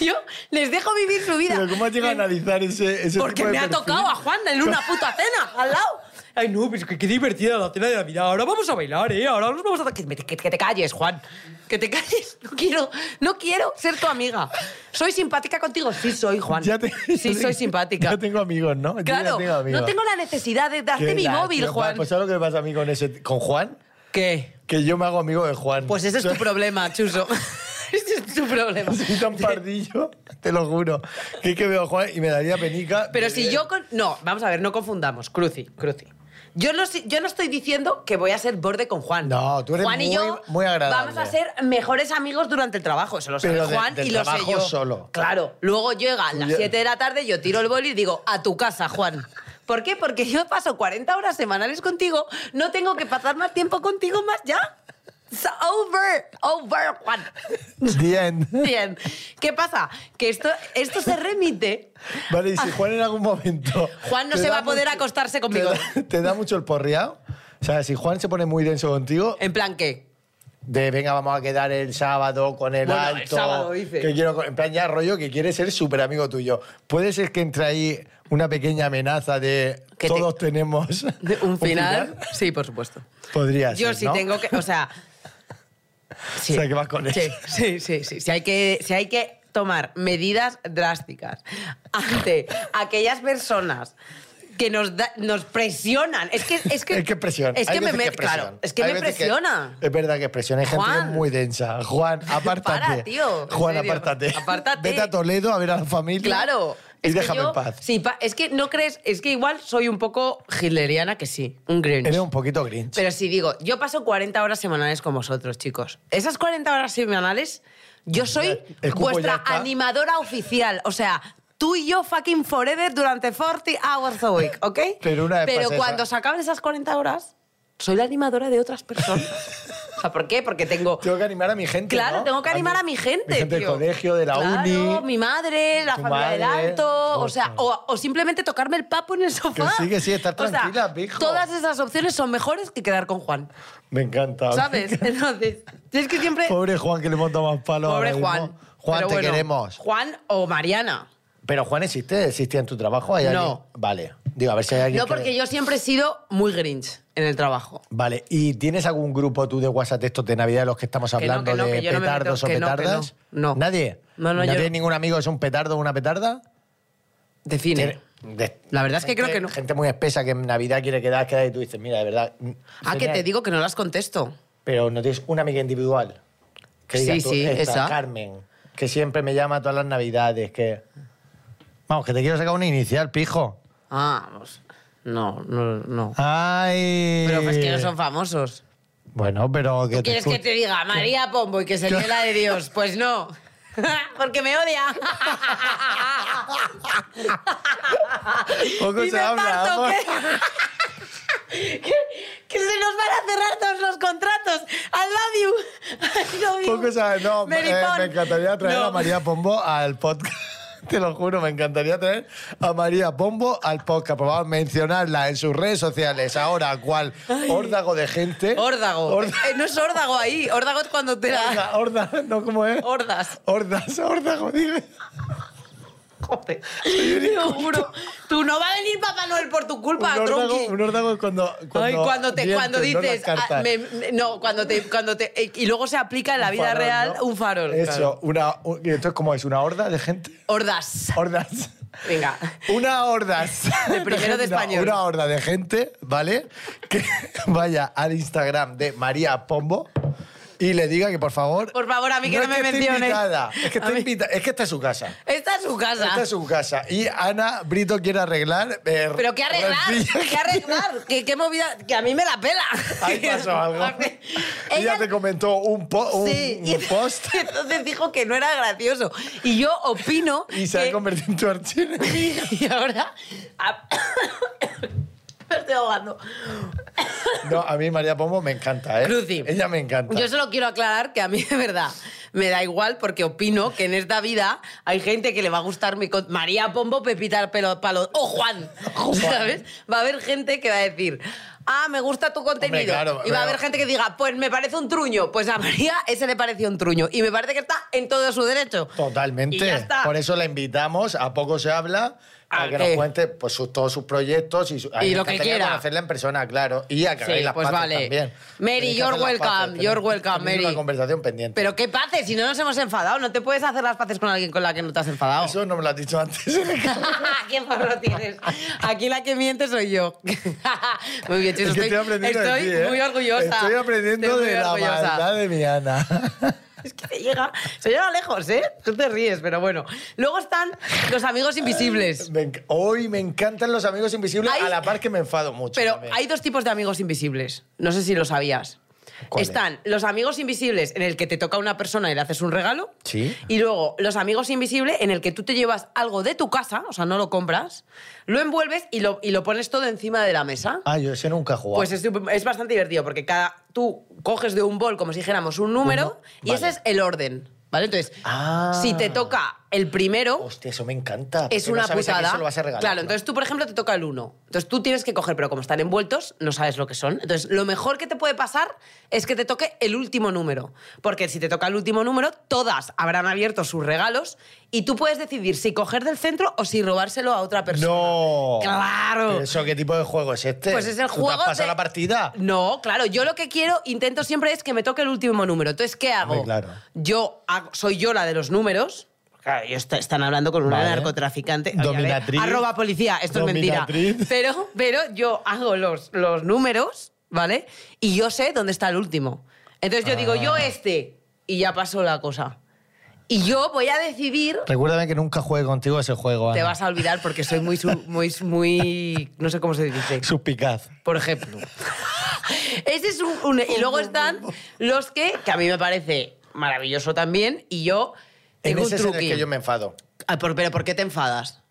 Speaker 3: Yo les dejo vivir su vida.
Speaker 2: Pero ¿cómo has llegado a analizar ese, ese
Speaker 3: eh, Porque
Speaker 2: tipo de
Speaker 3: me ha
Speaker 2: perfil?
Speaker 3: tocado a Juan en una puta cena al lado. Ay, no, pero es que qué divertida la cena de Navidad. Ahora vamos a bailar, ¿eh? Ahora nos vamos a... Que, me- que- que te calles, Juan. Que te calles. No quiero, no quiero ser tu amiga. ¿Soy simpática contigo? Sí, soy, Juan.
Speaker 2: Ya te-
Speaker 3: Sí, soy simpática.
Speaker 2: Ya tengo amigos, ¿no? Yo ya
Speaker 3: Claro,
Speaker 2: tengo amigos.
Speaker 3: no tengo la necesidad de
Speaker 2: Qué
Speaker 3: darte mi
Speaker 2: lástima.
Speaker 3: móvil, Juan.
Speaker 2: Pues ¿sabes lo que me pasa a mí con, ese, con Juan?
Speaker 3: ¿Qué?
Speaker 2: Que yo me hago amigo de Juan.
Speaker 3: Pues ese es tu problema, Chuso. ese es tu problema.
Speaker 2: Soy tan pardillo, te lo juro. Que es que veo a Juan y me daría penica.
Speaker 3: Pero
Speaker 2: de
Speaker 3: si
Speaker 2: ver.
Speaker 3: yo con... No, vamos a ver, no confundamos. Cruci, Cruci. Yo no, sé- yo no estoy diciendo que voy a ser borde con Juan.
Speaker 2: No, tú eres
Speaker 3: Juan y
Speaker 2: muy-
Speaker 3: yo
Speaker 2: muy agradable.
Speaker 3: vamos a ser mejores amigos durante el trabajo. Eso lo sabe
Speaker 2: Pero de-
Speaker 3: Juan
Speaker 2: del
Speaker 3: y lo sé
Speaker 2: trabajo
Speaker 3: yo.
Speaker 2: solo.
Speaker 3: Claro. Luego llega a las
Speaker 2: Ya.
Speaker 3: 7 de la tarde, yo tiro el boli y digo, a tu casa, Juan. ¿Por qué? Porque yo paso 40 horas semanales contigo. No tengo que pasar más tiempo contigo más ya. It's over, over, Juan.
Speaker 2: The end.
Speaker 3: Bien. ¿Qué pasa? Que esto, esto se remite
Speaker 2: Vale, y si Juan en algún momento.
Speaker 3: Ah. Juan no
Speaker 2: te
Speaker 3: se
Speaker 2: da
Speaker 3: va a poder
Speaker 2: mucho-
Speaker 3: acostarse
Speaker 2: te
Speaker 3: conmigo.
Speaker 2: da, te da mucho el porreado. O sea, si Juan se pone muy denso contigo,
Speaker 3: En plan, ¿qué?
Speaker 2: de venga, vamos a quedar el sábado con el
Speaker 3: Bueno, el
Speaker 2: alto.
Speaker 3: sábado, dice.
Speaker 2: Que quiero, co- en plan, ya rollo que quiere ser súper amigo tuyo. Puede ser que entre ahí una pequeña amenaza de
Speaker 3: Que te-
Speaker 2: todos tenemos
Speaker 3: ¿Un final? Sí, por supuesto.
Speaker 2: Podría
Speaker 3: Yo
Speaker 2: ser.
Speaker 3: sí
Speaker 2: ¿no?
Speaker 3: tengo que... O sea... Sí.
Speaker 2: O sea, que vas con
Speaker 3: Sí,
Speaker 2: eso.
Speaker 3: sí, sí, sí. Si hay que, si hay que tomar medidas drásticas ante aquellas personas que nos, da- nos presionan. Es que... Es que,
Speaker 2: Es que presión.
Speaker 3: Es
Speaker 2: Hay
Speaker 3: que me,
Speaker 2: veces
Speaker 3: met-
Speaker 2: presión.
Speaker 3: claro, es que
Speaker 2: Hay
Speaker 3: me
Speaker 2: veces
Speaker 3: presiona.
Speaker 2: es verdad que presiona. Hay gente que es
Speaker 3: Juan.
Speaker 2: muy densa. Juan, apártate.
Speaker 3: Para, tío, en
Speaker 2: Juan,
Speaker 3: serio.
Speaker 2: apártate.
Speaker 3: Apártate.
Speaker 2: Vete a Toledo a ver a la familia.
Speaker 3: Claro.
Speaker 2: Y
Speaker 3: es que
Speaker 2: déjame
Speaker 3: yo-
Speaker 2: en paz.
Speaker 3: sí, pa- es que no crees... Es que igual soy un poco hitleriana que sí. Un Grinch.
Speaker 2: Eres un poquito grinch.
Speaker 3: Pero si digo, yo paso 40 horas semanales con vosotros, chicos. Esas 40 horas semanales, yo soy
Speaker 2: Ya, el cupo ya
Speaker 3: vuestra
Speaker 2: está.
Speaker 3: animadora oficial. O sea, tú y yo fucking forever durante 40 hours a week, ¿ok?
Speaker 2: Pero una vez
Speaker 3: Pero
Speaker 2: pasa
Speaker 3: cuando
Speaker 2: esa-
Speaker 3: se acaben esas 40 horas, soy la animadora de otras personas. o sea, ¿por qué? Porque tengo...
Speaker 2: Tengo que animar a mi gente.
Speaker 3: Claro,
Speaker 2: ¿no?
Speaker 3: tengo que animar a mi gente.
Speaker 2: Mi gente
Speaker 3: tío.
Speaker 2: del colegio, de la
Speaker 3: Claro,
Speaker 2: uni.
Speaker 3: mi madre, la
Speaker 2: tu
Speaker 3: familia del
Speaker 2: madre.
Speaker 3: alto. O
Speaker 2: Ostras.
Speaker 3: sea, o, o simplemente tocarme el papo en el sofá.
Speaker 2: Que sí, que sí, estar
Speaker 3: O sea,
Speaker 2: tranquila, pijo.
Speaker 3: Todas esas opciones son mejores que quedar con Juan.
Speaker 2: Me encanta.
Speaker 3: ¿Sabes? Entonces, es que siempre.
Speaker 2: Pobre Juan que le monta más palos.
Speaker 3: Pobre
Speaker 2: ahora mismo.
Speaker 3: Juan.
Speaker 2: Juan,
Speaker 3: Pero
Speaker 2: te
Speaker 3: bueno,
Speaker 2: queremos.
Speaker 3: Juan o Mariana.
Speaker 2: Pero Juan existe, existía en tu trabajo. ¿Hay
Speaker 3: No.
Speaker 2: alguien? Vale. Digo, a ver si hay alguien.
Speaker 3: No,
Speaker 2: que-
Speaker 3: porque yo siempre he sido muy grinch en el trabajo.
Speaker 2: Vale, ¿y tienes algún grupo tú de WhatsApp de estos de Navidad de los que estamos
Speaker 3: Que no,
Speaker 2: hablando
Speaker 3: que no,
Speaker 2: de
Speaker 3: que yo no me
Speaker 2: petardos
Speaker 3: meto, que
Speaker 2: o
Speaker 3: no, que
Speaker 2: petardas?
Speaker 3: no, no.
Speaker 2: ¿Nadie?
Speaker 3: No, no, yo
Speaker 2: tienes
Speaker 3: no.
Speaker 2: ningún amigo que es un petardo o una petarda?
Speaker 3: Define.
Speaker 2: Tiene- de-
Speaker 3: La verdad es que creo
Speaker 2: gente-
Speaker 3: que no.
Speaker 2: Gente muy espesa que en Navidad quiere quedar, quedar y tú dices, mira, de verdad. mm,
Speaker 3: Ah, que
Speaker 2: genial".
Speaker 3: te digo que no las contesto.
Speaker 2: Pero no tienes una amiga individual. Que
Speaker 3: Sí,
Speaker 2: digas tú,
Speaker 3: sí,
Speaker 2: "Esta,
Speaker 3: esa".
Speaker 2: Carmen, que siempre me llama todas las Navidades, que. Vamos, que te quiero sacar una inicial, pijo.
Speaker 3: Ah, pues, no, no, no.
Speaker 2: Ay.
Speaker 3: Pero es que no son famosos.
Speaker 2: Bueno, pero que
Speaker 3: ¿Quieres
Speaker 2: escu-
Speaker 3: que te diga María Pombo y que se lleve la de Dios? Pues no. Porque me odia.
Speaker 2: Poco
Speaker 3: y
Speaker 2: se
Speaker 3: me
Speaker 2: habla,
Speaker 3: parto,
Speaker 2: amor.
Speaker 3: que, que, que se nos van a cerrar todos los contratos. I love you. I love you.
Speaker 2: Poco sabe- No,
Speaker 3: Mary
Speaker 2: eh,
Speaker 3: Pon.
Speaker 2: me encantaría traer
Speaker 3: No.
Speaker 2: a María Pombo al podcast. Te lo juro, me encantaría traer a María Pombo al podcast. Por favor, mencionarla en sus redes sociales ahora, cual órdago de gente.
Speaker 3: Órdago.
Speaker 2: Orda-
Speaker 3: Eh, no es órdago ahí. Órdago es cuando te la...
Speaker 2: Orda, orda, no como es.
Speaker 3: Hordas.
Speaker 2: Hordas, órdago, dime.
Speaker 3: Joder. Te lo juro. Tú no va a venir Papá Noel por tu culpa,
Speaker 2: Un órdago,
Speaker 3: tronqui.
Speaker 2: un órdago es cuando, cuando,
Speaker 3: Ay, cuando, te,
Speaker 2: mientes,
Speaker 3: cuando
Speaker 2: no las
Speaker 3: dices. ah,
Speaker 2: cartas.
Speaker 3: me- me- no, cuando te. Cuando te eh, y luego se aplica en la
Speaker 2: Un
Speaker 3: vida
Speaker 2: farol,
Speaker 3: real
Speaker 2: ¿no?
Speaker 3: un farol.
Speaker 2: Eso,
Speaker 3: claro.
Speaker 2: una, un- ¿y esto es como es, una horda de gente.
Speaker 3: Hordas.
Speaker 2: Hordas.
Speaker 3: Venga.
Speaker 2: Una hordas.
Speaker 3: De primero de
Speaker 2: No,
Speaker 3: español.
Speaker 2: una horda de gente, ¿vale? Que vaya al Instagram de María Pombo y le diga que por favor.
Speaker 3: Por favor, a mí que no
Speaker 2: es
Speaker 3: me
Speaker 2: esté
Speaker 3: menciones.
Speaker 2: invitada, es que
Speaker 3: A
Speaker 2: está
Speaker 3: mí-
Speaker 2: invitada. Es que esta es su casa.
Speaker 3: Esta es su casa.
Speaker 2: Esta es su casa. Y Ana Brito quiere arreglar. eh,
Speaker 3: Pero qué arreglar,
Speaker 2: rencillas.
Speaker 3: qué arreglar, que qué movida, que a mí me la pela.
Speaker 2: Ahí pasó algo. Ella
Speaker 3: Ella-
Speaker 2: te comentó un, po- un-
Speaker 3: Sí,
Speaker 2: un
Speaker 3: y
Speaker 2: post
Speaker 3: entonces dijo que no era gracioso. Y yo opino
Speaker 2: y se ha
Speaker 3: que-
Speaker 2: convertido en tu archivo.
Speaker 3: Y ahora... a- me estoy ahogando.
Speaker 2: No, a mí María Pombo me encanta, ¿eh?
Speaker 3: Cruci.
Speaker 2: Ella me encanta.
Speaker 3: Yo solo quiero aclarar que a mí de verdad me da igual porque opino que en esta vida hay gente que le va a gustar mi... con- María Pombo, Pepita Pelo Palo o Juan,
Speaker 2: Juan.
Speaker 3: ¿sabes? Va a haber gente que va a decir... Ah, me gusta tu contenido.
Speaker 2: claro,
Speaker 3: y va a
Speaker 2: pero-
Speaker 3: haber gente que diga, pues me parece un truño. Pues a María ese le pareció un truño. Y me parece que está en todo su derecho.
Speaker 2: Totalmente.
Speaker 3: Y ya está.
Speaker 2: Por eso la invitamos, a poco se habla, a,
Speaker 3: ¿A
Speaker 2: que
Speaker 3: qué?
Speaker 2: nos cuente pues, sus- todos sus proyectos y, su- a mí me
Speaker 3: lo que
Speaker 2: encantaría
Speaker 3: quiera.
Speaker 2: conocerla en persona, claro. Y a que
Speaker 3: Sí,
Speaker 2: hagáis las
Speaker 3: pues
Speaker 2: paces
Speaker 3: vale.
Speaker 2: también.
Speaker 3: Mary,
Speaker 2: Tenéis que
Speaker 3: you're
Speaker 2: hacer las
Speaker 3: welcome,
Speaker 2: paces, tenéis-
Speaker 3: you're welcome,
Speaker 2: tenéis una
Speaker 3: Mary.
Speaker 2: conversación pendiente.
Speaker 3: Pero ¿qué paces? Si no nos hemos enfadado, no te puedes hacer las paces con alguien con la que no te has enfadado.
Speaker 2: Eso no me lo has dicho antes.
Speaker 3: ¿Qué porro tienes? Aquí la que miente soy yo. muy bien, chicos.
Speaker 2: Es que
Speaker 3: Estoy,
Speaker 2: estoy aprendiendo de
Speaker 3: estoy
Speaker 2: ti, ¿eh?
Speaker 3: muy orgullosa.
Speaker 2: Estoy aprendiendo
Speaker 3: Estoy muy
Speaker 2: de la
Speaker 3: orgullosa.
Speaker 2: maldad de mi Ana.
Speaker 3: Es que se llega, se llega lejos, ¿eh? Tú te ríes, pero bueno. Luego están los amigos invisibles.
Speaker 2: Me enc- hoy me encantan los amigos invisibles,
Speaker 3: Hay-
Speaker 2: a la par que me enfado mucho.
Speaker 3: Pero
Speaker 2: también.
Speaker 3: hay dos tipos de amigos invisibles. No sé si lo sabías.
Speaker 2: ¿Cuáles?
Speaker 3: Están los amigos invisibles en el que te toca una persona y le haces un regalo.
Speaker 2: Sí.
Speaker 3: Y luego los amigos invisibles en el que tú te llevas algo de tu casa, o sea, no lo compras, lo envuelves y lo, y lo pones todo encima de la mesa.
Speaker 2: Ah, yo ese nunca he jugado.
Speaker 3: Pues es, sup- es bastante divertido porque cada tú coges de un bol como si dijéramos un número
Speaker 2: Uno,
Speaker 3: y ese
Speaker 2: vale.
Speaker 3: es el orden, ¿vale? Entonces,
Speaker 2: Ah.
Speaker 3: si te toca el primero
Speaker 2: Hostia, eso me encanta.
Speaker 3: es
Speaker 2: porque no
Speaker 3: una
Speaker 2: sabes a quién
Speaker 3: putada.
Speaker 2: se lo vas a regalar.
Speaker 3: Claro, entonces tú por ejemplo te toca el uno. Entonces tú tienes que coger, pero como están envueltos, no sabes lo que son. Entonces, lo mejor que te puede pasar es que te toque el último número, porque si te toca el último número, todas habrán abierto sus regalos y tú puedes decidir si coger del centro o si robárselo a otra persona.
Speaker 2: No.
Speaker 3: Claro.
Speaker 2: ¿Pero ¿Eso qué tipo de juego es este?
Speaker 3: Pues es el
Speaker 2: ¿Tú
Speaker 3: juego.
Speaker 2: ¿Te has pasado
Speaker 3: de-
Speaker 2: la partida?
Speaker 3: No, claro. Yo lo que quiero, intento siempre es que me toque el último número. Entonces, ¿qué hago?
Speaker 2: Hombre, claro.
Speaker 3: Yo hago- soy yo la de los números. Claro, ellos te- están hablando con una
Speaker 2: Vale.
Speaker 3: narcotraficante. Oye, a ver,
Speaker 2: Dominatriz.
Speaker 3: Arroba policía, esto es
Speaker 2: Dominatriz.
Speaker 3: mentira. Pero, pero yo hago los, los números, ¿vale? Y yo sé dónde está el último. Entonces yo digo,
Speaker 2: Ah.
Speaker 3: yo este. Y ya pasó la cosa. Y yo voy a decidir
Speaker 2: Recuérdame que nunca juegue contigo ese juego.
Speaker 3: te vas a olvidar porque soy muy, su- muy, muy, no sé cómo se dice.
Speaker 2: Suspicaz.
Speaker 3: Por ejemplo. Ese es un, un- Y luego están los que, que a mí me parece maravilloso también, y yo
Speaker 2: En
Speaker 3: tengo un
Speaker 2: ese es en el
Speaker 3: truqui.
Speaker 2: que yo me enfado.
Speaker 3: Ah, por- pero ¿por qué te enfadas?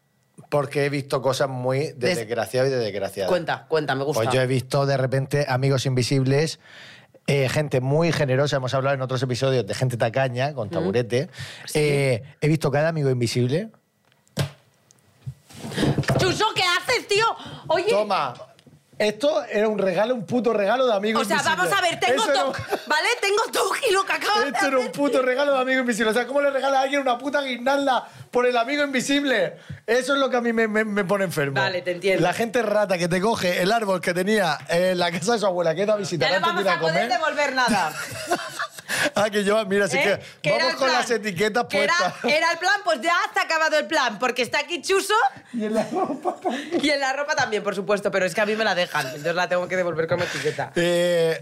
Speaker 2: Porque he visto cosas muy de
Speaker 3: Des-
Speaker 2: desgraciado y de desgraciado.
Speaker 3: Cuenta, cuenta, me gusta.
Speaker 2: Pues yo he visto de repente amigos invisibles, eh, gente muy generosa, hemos hablado en otros episodios de gente tacaña,
Speaker 3: Mm.
Speaker 2: con taburete. Eh, he visto cada amigo invisible.
Speaker 3: ¡Chuso, qué haces, tío! Oye,
Speaker 2: Toma, esto era un regalo, un puto regalo de amigo
Speaker 3: o sea,
Speaker 2: invisible.
Speaker 3: vamos a ver, tengo
Speaker 2: Eso era un-
Speaker 3: TOC, ¿vale? Tengo TOC y lo que acabas de
Speaker 2: Esto era un
Speaker 3: hacer.
Speaker 2: puto regalo de amigo invisible. O sea, ¿cómo le regala a alguien una puta guirnalda por el amigo invisible? Eso es lo que a mí me, me- me pone enfermo.
Speaker 3: Vale, te entiendo.
Speaker 2: La gente rata que te coge el árbol que tenía en la casa de su abuela que iba a visitar
Speaker 3: Ya no
Speaker 2: antes de ir
Speaker 3: vamos
Speaker 2: a
Speaker 3: a poder
Speaker 2: comer.
Speaker 3: devolver nada.
Speaker 2: Ah, que yo, mira, así
Speaker 3: ¿eh?
Speaker 2: que
Speaker 3: era
Speaker 2: vamos
Speaker 3: el
Speaker 2: con
Speaker 3: plan.
Speaker 2: las etiquetas
Speaker 3: Que era-
Speaker 2: puestas.
Speaker 3: Era, el plan, pues ya está acabado el plan, porque está aquí Chuso
Speaker 2: Y en la ropa también.
Speaker 3: y en la ropa también, por supuesto, pero es que a mí me la dejan, entonces la tengo que devolver como etiqueta.
Speaker 2: Eh,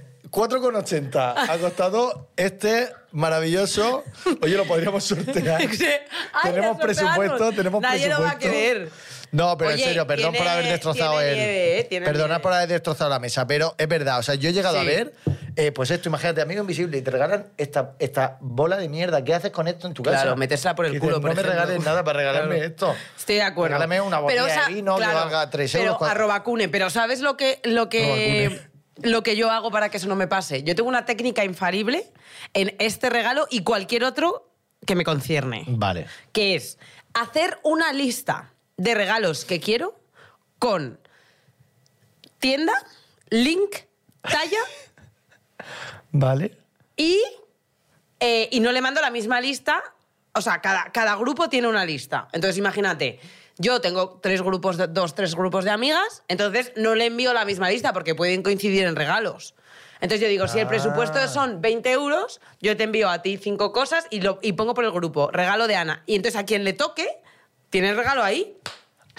Speaker 2: 4,80 ha costado este maravilloso. Oye, lo podríamos sortear.
Speaker 3: Sí. Ay,
Speaker 2: tenemos
Speaker 3: la sorteamos.
Speaker 2: presupuesto, tenemos
Speaker 3: Nadie lo
Speaker 2: presupuesto.
Speaker 3: va a querer.
Speaker 2: No, pero
Speaker 3: Oye,
Speaker 2: en serio, perdón
Speaker 3: tiene-
Speaker 2: por haber destrozado
Speaker 3: tiene
Speaker 2: el.
Speaker 3: nieve, eh, tiene
Speaker 2: Perdona
Speaker 3: nieve.
Speaker 2: por haber destrozado la mesa, pero es verdad. O sea, yo he llegado a
Speaker 3: Sí.
Speaker 2: ver, eh, pues esto, imagínate, amigo invisible, y te regalan esta, esta bola de mierda. ¿Qué haces con esto en tu casa?
Speaker 3: Claro, metérsela por el
Speaker 2: Y dices,
Speaker 3: culo, por
Speaker 2: No me
Speaker 3: ejemplo".
Speaker 2: regales nada para regalarme
Speaker 3: Claro.
Speaker 2: esto.
Speaker 3: Estoy de acuerdo.
Speaker 2: Regálame una botella de vino que valga tres euros,
Speaker 3: Pero
Speaker 2: cuatro-
Speaker 3: arroba cune. Pero ¿sabes lo que, lo, que,
Speaker 2: Arroba
Speaker 3: lo que yo hago para que eso no me pase? Yo tengo una técnica infalible en este regalo y cualquier otro que me concierne.
Speaker 2: Vale.
Speaker 3: Que es hacer una lista de regalos que quiero con tienda, link, talla
Speaker 2: Vale.
Speaker 3: y, eh, y no le mando la misma lista. O sea, cada, cada grupo tiene una lista. Entonces, imagínate, yo tengo tres grupos, de, dos, tres grupos de amigas, entonces no le envío la misma lista porque pueden coincidir en regalos. Entonces yo digo, si el
Speaker 2: Ah.
Speaker 3: presupuesto son 20 euros, yo te envío a ti cinco cosas y, lo, y pongo por el grupo, regalo de Ana. Y entonces a quien le toque, tiene el regalo ahí.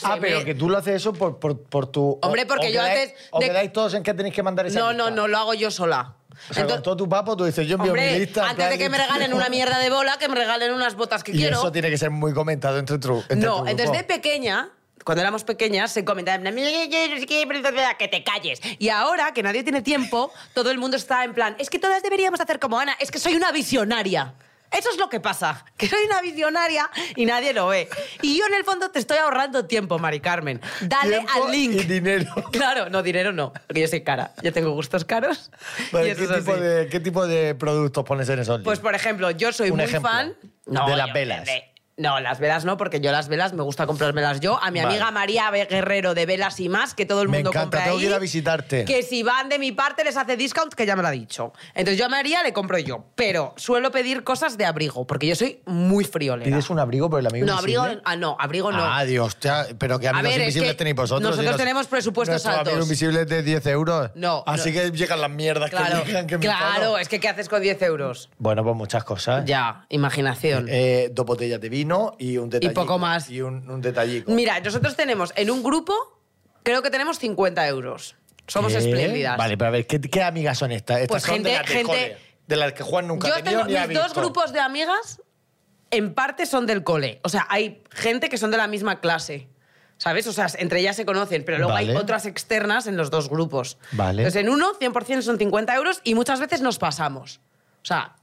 Speaker 2: ah,
Speaker 3: Se
Speaker 2: pero
Speaker 3: ve.
Speaker 2: que tú lo haces eso por, por, por tu.
Speaker 3: Hombre,
Speaker 2: o-
Speaker 3: porque
Speaker 2: o
Speaker 3: yo
Speaker 2: quedáis-
Speaker 3: antes
Speaker 2: O
Speaker 3: de-
Speaker 2: quedáis todos en que tenéis que mandar esa
Speaker 3: No,
Speaker 2: lista.
Speaker 3: no, no, lo hago yo sola.
Speaker 2: O sea,
Speaker 3: Entonces-
Speaker 2: con todo tu papo, tú dices, yo envío
Speaker 3: Hombre,
Speaker 2: mi lista. en
Speaker 3: antes
Speaker 2: plan,
Speaker 3: de que me
Speaker 2: yo-
Speaker 3: regalen una mierda de bola, que me regalen unas botas que
Speaker 2: Y
Speaker 3: quiero.
Speaker 2: eso tiene que ser muy comentado entre tu. Entre tu
Speaker 3: No,
Speaker 2: grupo.
Speaker 3: entonces de pequeña, cuando éramos pequeñas, se comentaba, "Mira, mira, mira, no sé qué, pero nada, que te calles. Y ahora que nadie tiene tiempo, todo el mundo está en plan, es que todas deberíamos hacer como Ana, es que soy una visionaria. Eso es lo que pasa, que soy una visionaria y nadie lo ve. Y yo en el fondo te estoy ahorrando tiempo, Mari Carmen. Dale
Speaker 2: Tiempo
Speaker 3: al
Speaker 2: Y
Speaker 3: link.
Speaker 2: dinero.
Speaker 3: Claro, no, dinero no, porque yo soy cara, yo tengo gustos caros.
Speaker 2: Vale,
Speaker 3: y eso
Speaker 2: ¿qué,
Speaker 3: es
Speaker 2: tipo
Speaker 3: así.
Speaker 2: de, ¿Qué tipo de productos pones en esos
Speaker 3: Pues,
Speaker 2: links?
Speaker 3: por ejemplo, yo soy
Speaker 2: Un
Speaker 3: muy
Speaker 2: ejemplo
Speaker 3: fan
Speaker 2: de las
Speaker 3: yo-
Speaker 2: velas.
Speaker 3: de- no, las velas no, porque yo las velas me gusta comprármelas yo. A mi
Speaker 2: Vale.
Speaker 3: amiga María Guerrero de Velas y más, que todo el
Speaker 2: Me
Speaker 3: mundo
Speaker 2: encanta,
Speaker 3: compra
Speaker 2: tengo
Speaker 3: ahí,
Speaker 2: que ir a visitarte.
Speaker 3: Que si van de mi parte les hace discount, que ya me lo ha dicho. Entonces yo a María le compro yo. Pero suelo pedir cosas de abrigo, porque yo soy muy friolera.
Speaker 2: ¿Pides un abrigo por el amigo
Speaker 3: no, abrigo,
Speaker 2: invisible?
Speaker 3: ah, no, abrigo no.
Speaker 2: Ah, Dios, hostia, pero que amigos
Speaker 3: ver, es
Speaker 2: invisibles
Speaker 3: que
Speaker 2: tenéis vosotros.
Speaker 3: nosotros
Speaker 2: y nos-
Speaker 3: tenemos presupuestos
Speaker 2: nuestros
Speaker 3: altos.
Speaker 2: amigos invisibles de 10 euros.
Speaker 3: No,
Speaker 2: Así
Speaker 3: no.
Speaker 2: que llegan las mierdas
Speaker 3: claro,
Speaker 2: que llegan que me
Speaker 3: claro,
Speaker 2: enfado.
Speaker 3: es que ¿qué haces con 10 euros?
Speaker 2: Bueno, pues muchas cosas.
Speaker 3: Ya, imaginación.
Speaker 2: Eh, dos botellas de vino y un detallico.
Speaker 3: poco más.
Speaker 2: Y un, un detallico.
Speaker 3: Mira, nosotros tenemos en un grupo, creo que tenemos 50 euros. Somos
Speaker 2: ¿Qué?
Speaker 3: espléndidas.
Speaker 2: Vale, pero a ver, ¿qué, qué amigas son estas? Estas
Speaker 3: Pues
Speaker 2: son de
Speaker 3: gente-
Speaker 2: las del
Speaker 3: gente-
Speaker 2: cole, de las que Juan nunca ha
Speaker 3: Yo
Speaker 2: tenido
Speaker 3: tengo
Speaker 2: ni ha
Speaker 3: mis dos
Speaker 2: visto.
Speaker 3: grupos de amigas, en parte son del cole. O sea, hay gente que son de la misma clase. ¿Sabes? O sea, entre ellas se conocen, pero luego hay
Speaker 2: Vale.
Speaker 3: otras externas en los dos grupos.
Speaker 2: Vale.
Speaker 3: Entonces, en uno, 100% son 50 euros y muchas veces nos pasamos. O sea,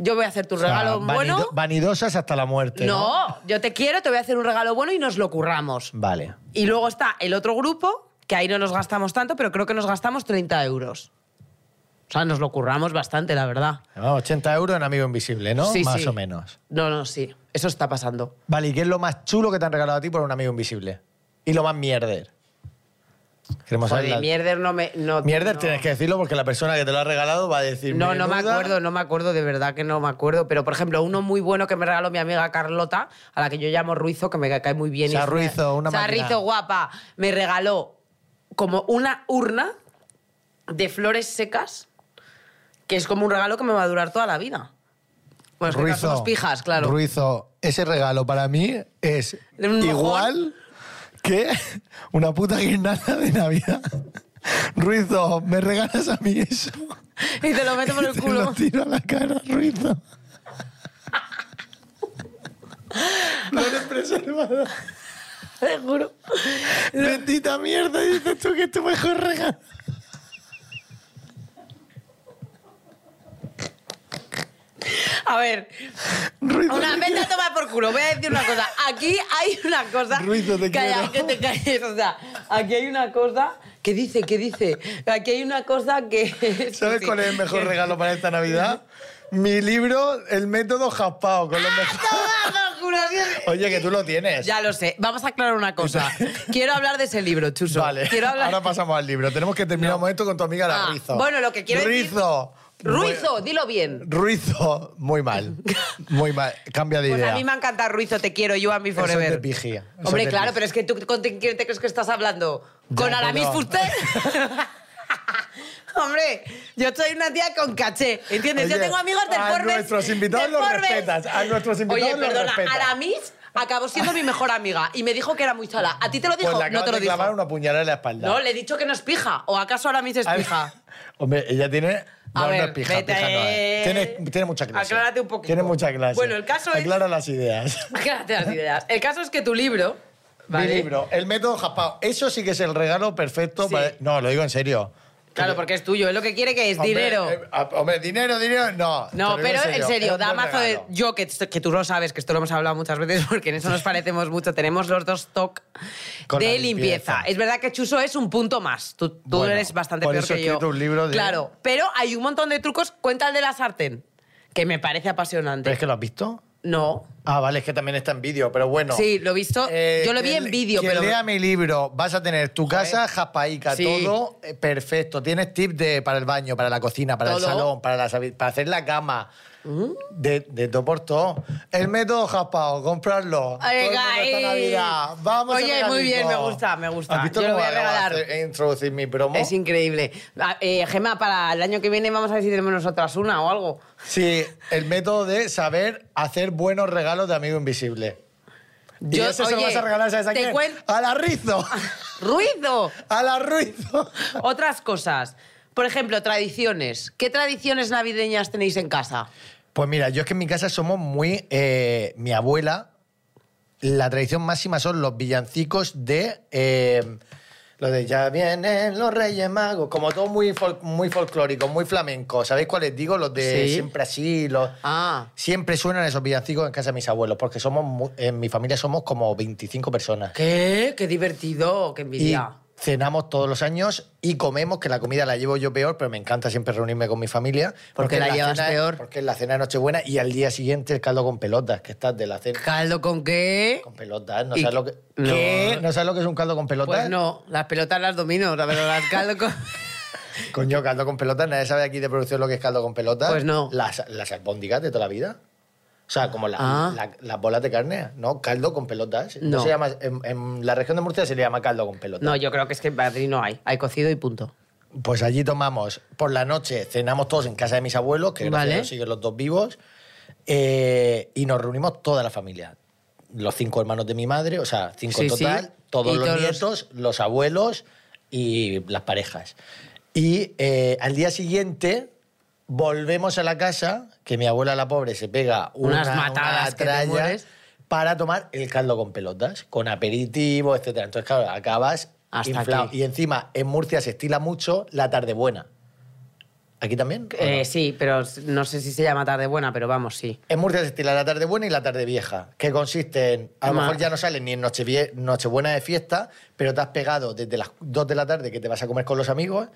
Speaker 3: yo voy a hacer tu
Speaker 2: O sea,
Speaker 3: regalo
Speaker 2: vanido-
Speaker 3: bueno.
Speaker 2: Vanidosas hasta la muerte. No.
Speaker 3: No, yo te quiero, te voy a hacer un regalo bueno y nos lo curramos.
Speaker 2: Vale.
Speaker 3: Y luego está el otro grupo, que ahí no nos gastamos tanto, pero creo que nos gastamos 30 euros. O sea, nos lo curramos bastante, la verdad.
Speaker 2: Ah, 80 euros en Amigo Invisible, ¿no?
Speaker 3: Sí,
Speaker 2: Más
Speaker 3: sí.
Speaker 2: o menos.
Speaker 3: No, no, sí. Eso está pasando.
Speaker 2: Vale, ¿y qué es lo más chulo que te han regalado a ti por un Amigo Invisible? Y lo más mierder. Queremos saber.
Speaker 3: Joder,
Speaker 2: la-
Speaker 3: mierder no me... No,
Speaker 2: Mierder
Speaker 3: no.
Speaker 2: tienes que decirlo porque la persona que te lo ha regalado va a decir.
Speaker 3: No, no me
Speaker 2: "Menuda".
Speaker 3: acuerdo, no me acuerdo, de verdad que no me acuerdo. Pero, por ejemplo, uno muy bueno que me regaló mi amiga Carlota, a la que yo llamo Ruizo, que me cae muy bien.
Speaker 2: Sa
Speaker 3: y es
Speaker 2: Ruizo, una
Speaker 3: Sa
Speaker 2: máquina.
Speaker 3: Ruizo guapa. Me regaló como una urna de flores secas, que es como un regalo que me va a durar toda la vida. Bueno, es que acá somos este pijas, claro.
Speaker 2: Ruizo, ese regalo para mí es
Speaker 3: Un mojón.
Speaker 2: igual que una puta guirnalda de Navidad. Ruizo, me regalas a mí eso.
Speaker 3: Y te lo meto por el
Speaker 2: Te
Speaker 3: culo.
Speaker 2: lo tiro a la cara, Ruizo. Flores preservadas.
Speaker 3: Te juro.
Speaker 2: Bendita mierda, dices tú que es tu mejor regalo.
Speaker 3: A ver,
Speaker 2: Ruizo,
Speaker 3: una,
Speaker 2: te
Speaker 3: vete a tomar por culo. Voy a decir una cosa. Aquí hay una cosa.
Speaker 2: Ruizo, te
Speaker 3: Calla,
Speaker 2: quiero.
Speaker 3: que te calles. O sea, aquí hay una cosa. ¿Qué dice? ¿Qué dice? Aquí hay una cosa que.
Speaker 2: ¿Sabes
Speaker 3: Sí,
Speaker 2: cuál es el mejor
Speaker 3: que-
Speaker 2: regalo para esta Navidad? Mi libro, El método jaspao,
Speaker 3: Ah,
Speaker 2: con los mejores...
Speaker 3: Toma por culo, así es.
Speaker 2: Oye, que tú lo tienes.
Speaker 3: Ya lo sé. Vamos a aclarar una cosa. Quiero hablar de ese libro, Chuso.
Speaker 2: Vale,
Speaker 3: Quiero hablar.
Speaker 2: ahora pasamos al libro. Tenemos que terminar un momento con tu amiga la
Speaker 3: Ah,
Speaker 2: Rizo.
Speaker 3: bueno, lo que quiero decir-
Speaker 2: Rizo.
Speaker 3: Ruizo, dilo bien.
Speaker 2: Muy- Ruizo, muy mal. Muy mal. Cambia de
Speaker 3: Pues
Speaker 2: idea.
Speaker 3: a mí me encanta Ruizo, te quiero, yo a mí
Speaker 2: Eso es
Speaker 3: forever.
Speaker 2: de piji, eso
Speaker 3: Hombre,
Speaker 2: es de
Speaker 3: claro,
Speaker 2: piji.
Speaker 3: pero es que tú con quién te crees que estás hablando.
Speaker 2: Ya,
Speaker 3: ¿Con Aramis
Speaker 2: pero-
Speaker 3: Fuster? Hombre, yo soy una tía con caché, ¿entiendes? yo
Speaker 2: Oye,
Speaker 3: tengo amigos del
Speaker 2: a
Speaker 3: Forbes.
Speaker 2: nuestros invitados
Speaker 3: del
Speaker 2: los
Speaker 3: Forbes.
Speaker 2: respetas, a nuestros invitados
Speaker 3: Oye,
Speaker 2: los
Speaker 3: perdona,
Speaker 2: respetas.
Speaker 3: Aramis acabó siendo mi mejor amiga y me dijo que era muy chala. ¿A ti te lo dijo?
Speaker 2: Pues le
Speaker 3: no
Speaker 2: acabas
Speaker 3: te lo
Speaker 2: de
Speaker 3: dijo.
Speaker 2: clavar una puñalada en la espalda.
Speaker 3: No, le he dicho que no es pija. ¿O acaso Aramis es
Speaker 2: Ay,
Speaker 3: pija?
Speaker 2: Hombre, ella tiene.
Speaker 3: A
Speaker 2: No, no
Speaker 3: ver,
Speaker 2: es pija,
Speaker 3: vete,
Speaker 2: pija no es. Tiene, tiene mucha clase.
Speaker 3: aclárate un poquito.
Speaker 2: Tiene mucha clase.
Speaker 3: Bueno, el caso es-
Speaker 2: Aclara las ideas.
Speaker 3: Quédate las ideas. El caso es que tu libro. ¿vale?
Speaker 2: Mi libro, El método jaspao. Eso sí que es el regalo perfecto
Speaker 3: Sí.
Speaker 2: para. No, lo digo en serio.
Speaker 3: Claro, porque es tuyo. Es lo que quiere que es
Speaker 2: Hombre,
Speaker 3: dinero.
Speaker 2: eh, ah, hombre, dinero, dinero, no.
Speaker 3: No,
Speaker 2: te lo digo
Speaker 3: pero en serio,
Speaker 2: es un buen
Speaker 3: Damazo de...
Speaker 2: regalo.
Speaker 3: Yo, que, esto- que tú lo sabes, que esto lo hemos hablado muchas veces porque en eso nos parecemos mucho, tenemos los dos TOC
Speaker 2: Con la
Speaker 3: de
Speaker 2: limpieza.
Speaker 3: limpieza. Es verdad que Chuso es un punto más. Tú, tú
Speaker 2: Bueno,
Speaker 3: eres bastante
Speaker 2: por
Speaker 3: peor
Speaker 2: eso he
Speaker 3: que yo.
Speaker 2: escrito un libro de-
Speaker 3: Claro, pero hay un montón de trucos. Cuenta el de la sartén, que me parece apasionante.
Speaker 2: ¿Pero es que lo has visto?
Speaker 3: No.
Speaker 2: Ah, vale, es que también está en vídeo, pero bueno.
Speaker 3: Sí, lo he visto.
Speaker 2: Eh,
Speaker 3: yo lo vi
Speaker 2: quien-
Speaker 3: en vídeo,
Speaker 2: quien
Speaker 3: pero.
Speaker 2: lea mi libro, vas a tener tu casa japaica,
Speaker 3: Sí.
Speaker 2: todo eh, perfecto. Tienes tips de, para el baño, para la cocina, para el
Speaker 3: Todo. Mm.
Speaker 2: salón, para, la sabi- para hacer la cama. De, de todo por todo. El método japao, comprarlo. Todo el mundo
Speaker 3: Oiga,
Speaker 2: esta
Speaker 3: eh.
Speaker 2: Navidad. Vamos a
Speaker 3: Oye,
Speaker 2: ver
Speaker 3: muy bien,
Speaker 2: amigos.
Speaker 3: me gusta, me gusta.
Speaker 2: ¿Has visto
Speaker 3: Yo lo
Speaker 2: cómo
Speaker 3: voy a
Speaker 2: acabo de
Speaker 3: regalar.
Speaker 2: hacer- introducir mi promo?
Speaker 3: Es increíble. Ah, eh, Gemma, para el año que viene vamos a ver si tenemos nosotras una o algo.
Speaker 2: Sí, el método de saber hacer buenos regalos de amigo invisible. y eso se lo
Speaker 3: oye,
Speaker 2: vas a regalar, ¿sabes a
Speaker 3: te
Speaker 2: quién?
Speaker 3: cuen-
Speaker 2: A la Rizo.
Speaker 3: ¡Ruido!
Speaker 2: A la Rizo.
Speaker 3: Otras cosas. Por ejemplo, tradiciones. ¿Qué tradiciones navideñas tenéis en casa?
Speaker 2: Pues mira, yo es que en mi casa somos muy. eh, mi abuela, la tradición máxima son los villancicos de. eh, lo de ya vienen los Reyes Magos, como todo muy, fol- muy folclórico, muy flamenco. ¿Sabéis cuáles digo? Los de
Speaker 3: Sí.
Speaker 2: siempre así, los.
Speaker 3: Ah,
Speaker 2: Siempre suenan esos villancicos en casa de mis abuelos, porque somos mu- en mi familia somos como 25 personas.
Speaker 3: ¿qué? Qué divertido, qué
Speaker 2: Y
Speaker 3: envidia.
Speaker 2: cenamos todos los años y comemos, que la comida la llevo yo peor, pero me encanta siempre reunirme con mi familia.
Speaker 3: Porque
Speaker 2: en
Speaker 3: la llevas
Speaker 2: cena-
Speaker 3: peor.
Speaker 2: Porque es la cena de Nochebuena y al día siguiente el caldo con pelotas, que estás de la cena
Speaker 3: ¿Caldo con qué?
Speaker 2: con pelotas. ¿eh? ¿No
Speaker 3: Y-
Speaker 2: sabes lo que,
Speaker 3: No.
Speaker 2: ¿Qué? ¿No sabes lo que es un caldo con pelotas?
Speaker 3: Pues no, las pelotas las domino, la verdad, las caldo con...
Speaker 2: Coño, caldo con pelotas. Nadie sabe aquí de producción lo que es caldo con pelotas.
Speaker 3: Pues no.
Speaker 2: Las, las albóndigas de toda la vida. O sea, como la-
Speaker 3: Ah.
Speaker 2: la- las bolas de carne, ¿no? Caldo con pelotas.
Speaker 3: No.
Speaker 2: se llama, en, en la región de Murcia se le llama caldo con pelotas.
Speaker 3: No, yo creo que es que en Madrid no hay. Hay cocido y punto.
Speaker 2: Pues allí tomamos por la noche, cenamos todos en casa de mis abuelos, que gracias a
Speaker 3: Vale.
Speaker 2: Dios siguen los dos vivos, eh, y nos reunimos toda la familia. Los cinco hermanos de mi madre, o sea, cinco en
Speaker 3: Sí, sí.
Speaker 2: total, todos
Speaker 3: Y
Speaker 2: los
Speaker 3: todos los-
Speaker 2: nietos, los abuelos y las parejas. Y eh, al día siguiente volvemos a la casa, que mi abuela la pobre se pega
Speaker 3: Unas
Speaker 2: una-
Speaker 3: matadas
Speaker 2: una
Speaker 3: que te
Speaker 2: tralla
Speaker 3: mueres.
Speaker 2: para tomar el caldo con pelotas, con aperitivo, etcétera. Entonces, claro, acabas
Speaker 3: Hasta
Speaker 2: inflado.
Speaker 3: aquí.
Speaker 2: Y encima, en Murcia se estila mucho la tarde buena. ¿Aquí también? ¿O no?
Speaker 3: Eh, sí, pero no sé si se llama tarde buena, pero vamos, sí.
Speaker 2: En Murcia se estila la tarde buena y la tarde vieja, que consiste en, a lo
Speaker 3: Ma-
Speaker 2: mejor ya no sales ni en nochevie- Nochebuena de fiesta, pero te has pegado desde las 2 de la tarde que te vas a comer con los amigos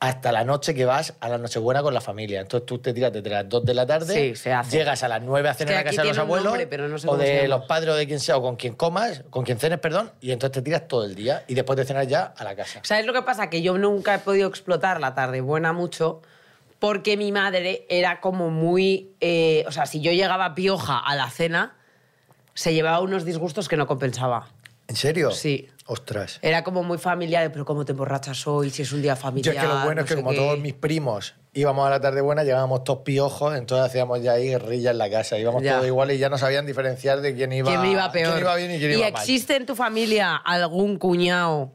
Speaker 2: hasta la noche que vas a la Nochebuena con la familia. Entonces tú te tiras desde las dos de la tarde,
Speaker 3: Sí, se hace.
Speaker 2: llegas a las 9 a cenar
Speaker 3: que
Speaker 2: en la
Speaker 3: aquí
Speaker 2: casa de los
Speaker 3: tiene un
Speaker 2: abuelos
Speaker 3: nombre, pero no sé
Speaker 2: o
Speaker 3: cómo se
Speaker 2: de
Speaker 3: llama.
Speaker 2: los padres o de quien sea o con quien comas, con quien cenes, perdón, y entonces te tiras todo el día y después de cenar ya a la casa.
Speaker 3: ¿Sabes lo que pasa? Que yo nunca he podido explotar la tarde buena mucho porque mi madre era como muy... eh, o sea, si yo llegaba pioja a la cena, se llevaba unos disgustos que no compensaba.
Speaker 2: ¿En serio?
Speaker 3: Sí.
Speaker 2: Ostras.
Speaker 3: Era como muy familiar, de, pero ¿cómo te emborrachas hoy? Si es un día
Speaker 2: Yo
Speaker 3: familiar.
Speaker 2: es que lo bueno
Speaker 3: no
Speaker 2: es que
Speaker 3: sé
Speaker 2: como
Speaker 3: qué.
Speaker 2: todos mis primos íbamos a la tarde buena, llevábamos todos piojos, entonces hacíamos ya ahí guerrilla en la casa, íbamos
Speaker 3: Ya.
Speaker 2: todos iguales y ya no sabían diferenciar de quién iba,
Speaker 3: ¿Quién me iba peor?
Speaker 2: quién iba bien y quién iba mal.
Speaker 3: existe en tu familia algún cuñado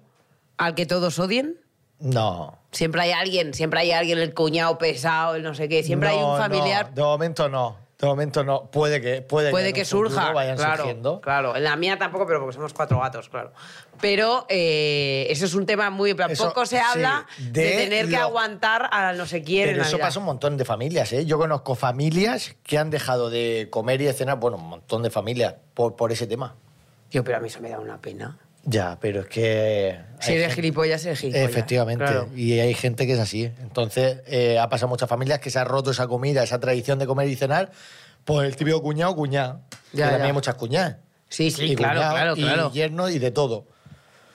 Speaker 3: al que todos odien?
Speaker 2: No.
Speaker 3: Siempre hay alguien, siempre hay alguien, el cuñado pesado, el no sé qué. Siempre hay
Speaker 2: No,
Speaker 3: un
Speaker 2: no,
Speaker 3: familiar.
Speaker 2: de momento no. De momento no. Puede que puede,
Speaker 3: Puede
Speaker 2: en
Speaker 3: que
Speaker 2: un futuro
Speaker 3: surja,
Speaker 2: vayan
Speaker 3: claro,
Speaker 2: surgiendo.
Speaker 3: claro. En la mía tampoco, pero porque somos cuatro gatos, claro. Pero eh, eso es un tema muy... en plan,
Speaker 2: Eso,
Speaker 3: poco se
Speaker 2: sí,
Speaker 3: habla de,
Speaker 2: de
Speaker 3: tener que
Speaker 2: lo-
Speaker 3: aguantar a no sé quién en
Speaker 2: Pero eso
Speaker 3: Navidad.
Speaker 2: pasa un montón de familias, ¿eh? Yo conozco familias que han dejado de comer y de cenar, bueno, un montón de familias por, por ese tema.
Speaker 3: Tío, pero a mí eso me da una pena.
Speaker 2: Ya, pero es que...
Speaker 3: Si
Speaker 2: hay
Speaker 3: eres
Speaker 2: gente-
Speaker 3: gilipollas, eres gilipollas.
Speaker 2: Efectivamente.
Speaker 3: Claro.
Speaker 2: Y hay gente que es así. Entonces, eh, ha pasado muchas familias que se ha roto esa comida, esa tradición de comer y cenar por el típico cuñado o cuñada. que
Speaker 3: Ya,
Speaker 2: también
Speaker 3: ya.
Speaker 2: hay muchas cuñadas.
Speaker 3: Sí, sí,
Speaker 2: Y
Speaker 3: claro,
Speaker 2: cuñado,
Speaker 3: claro, claro.
Speaker 2: Y yerno y de todo.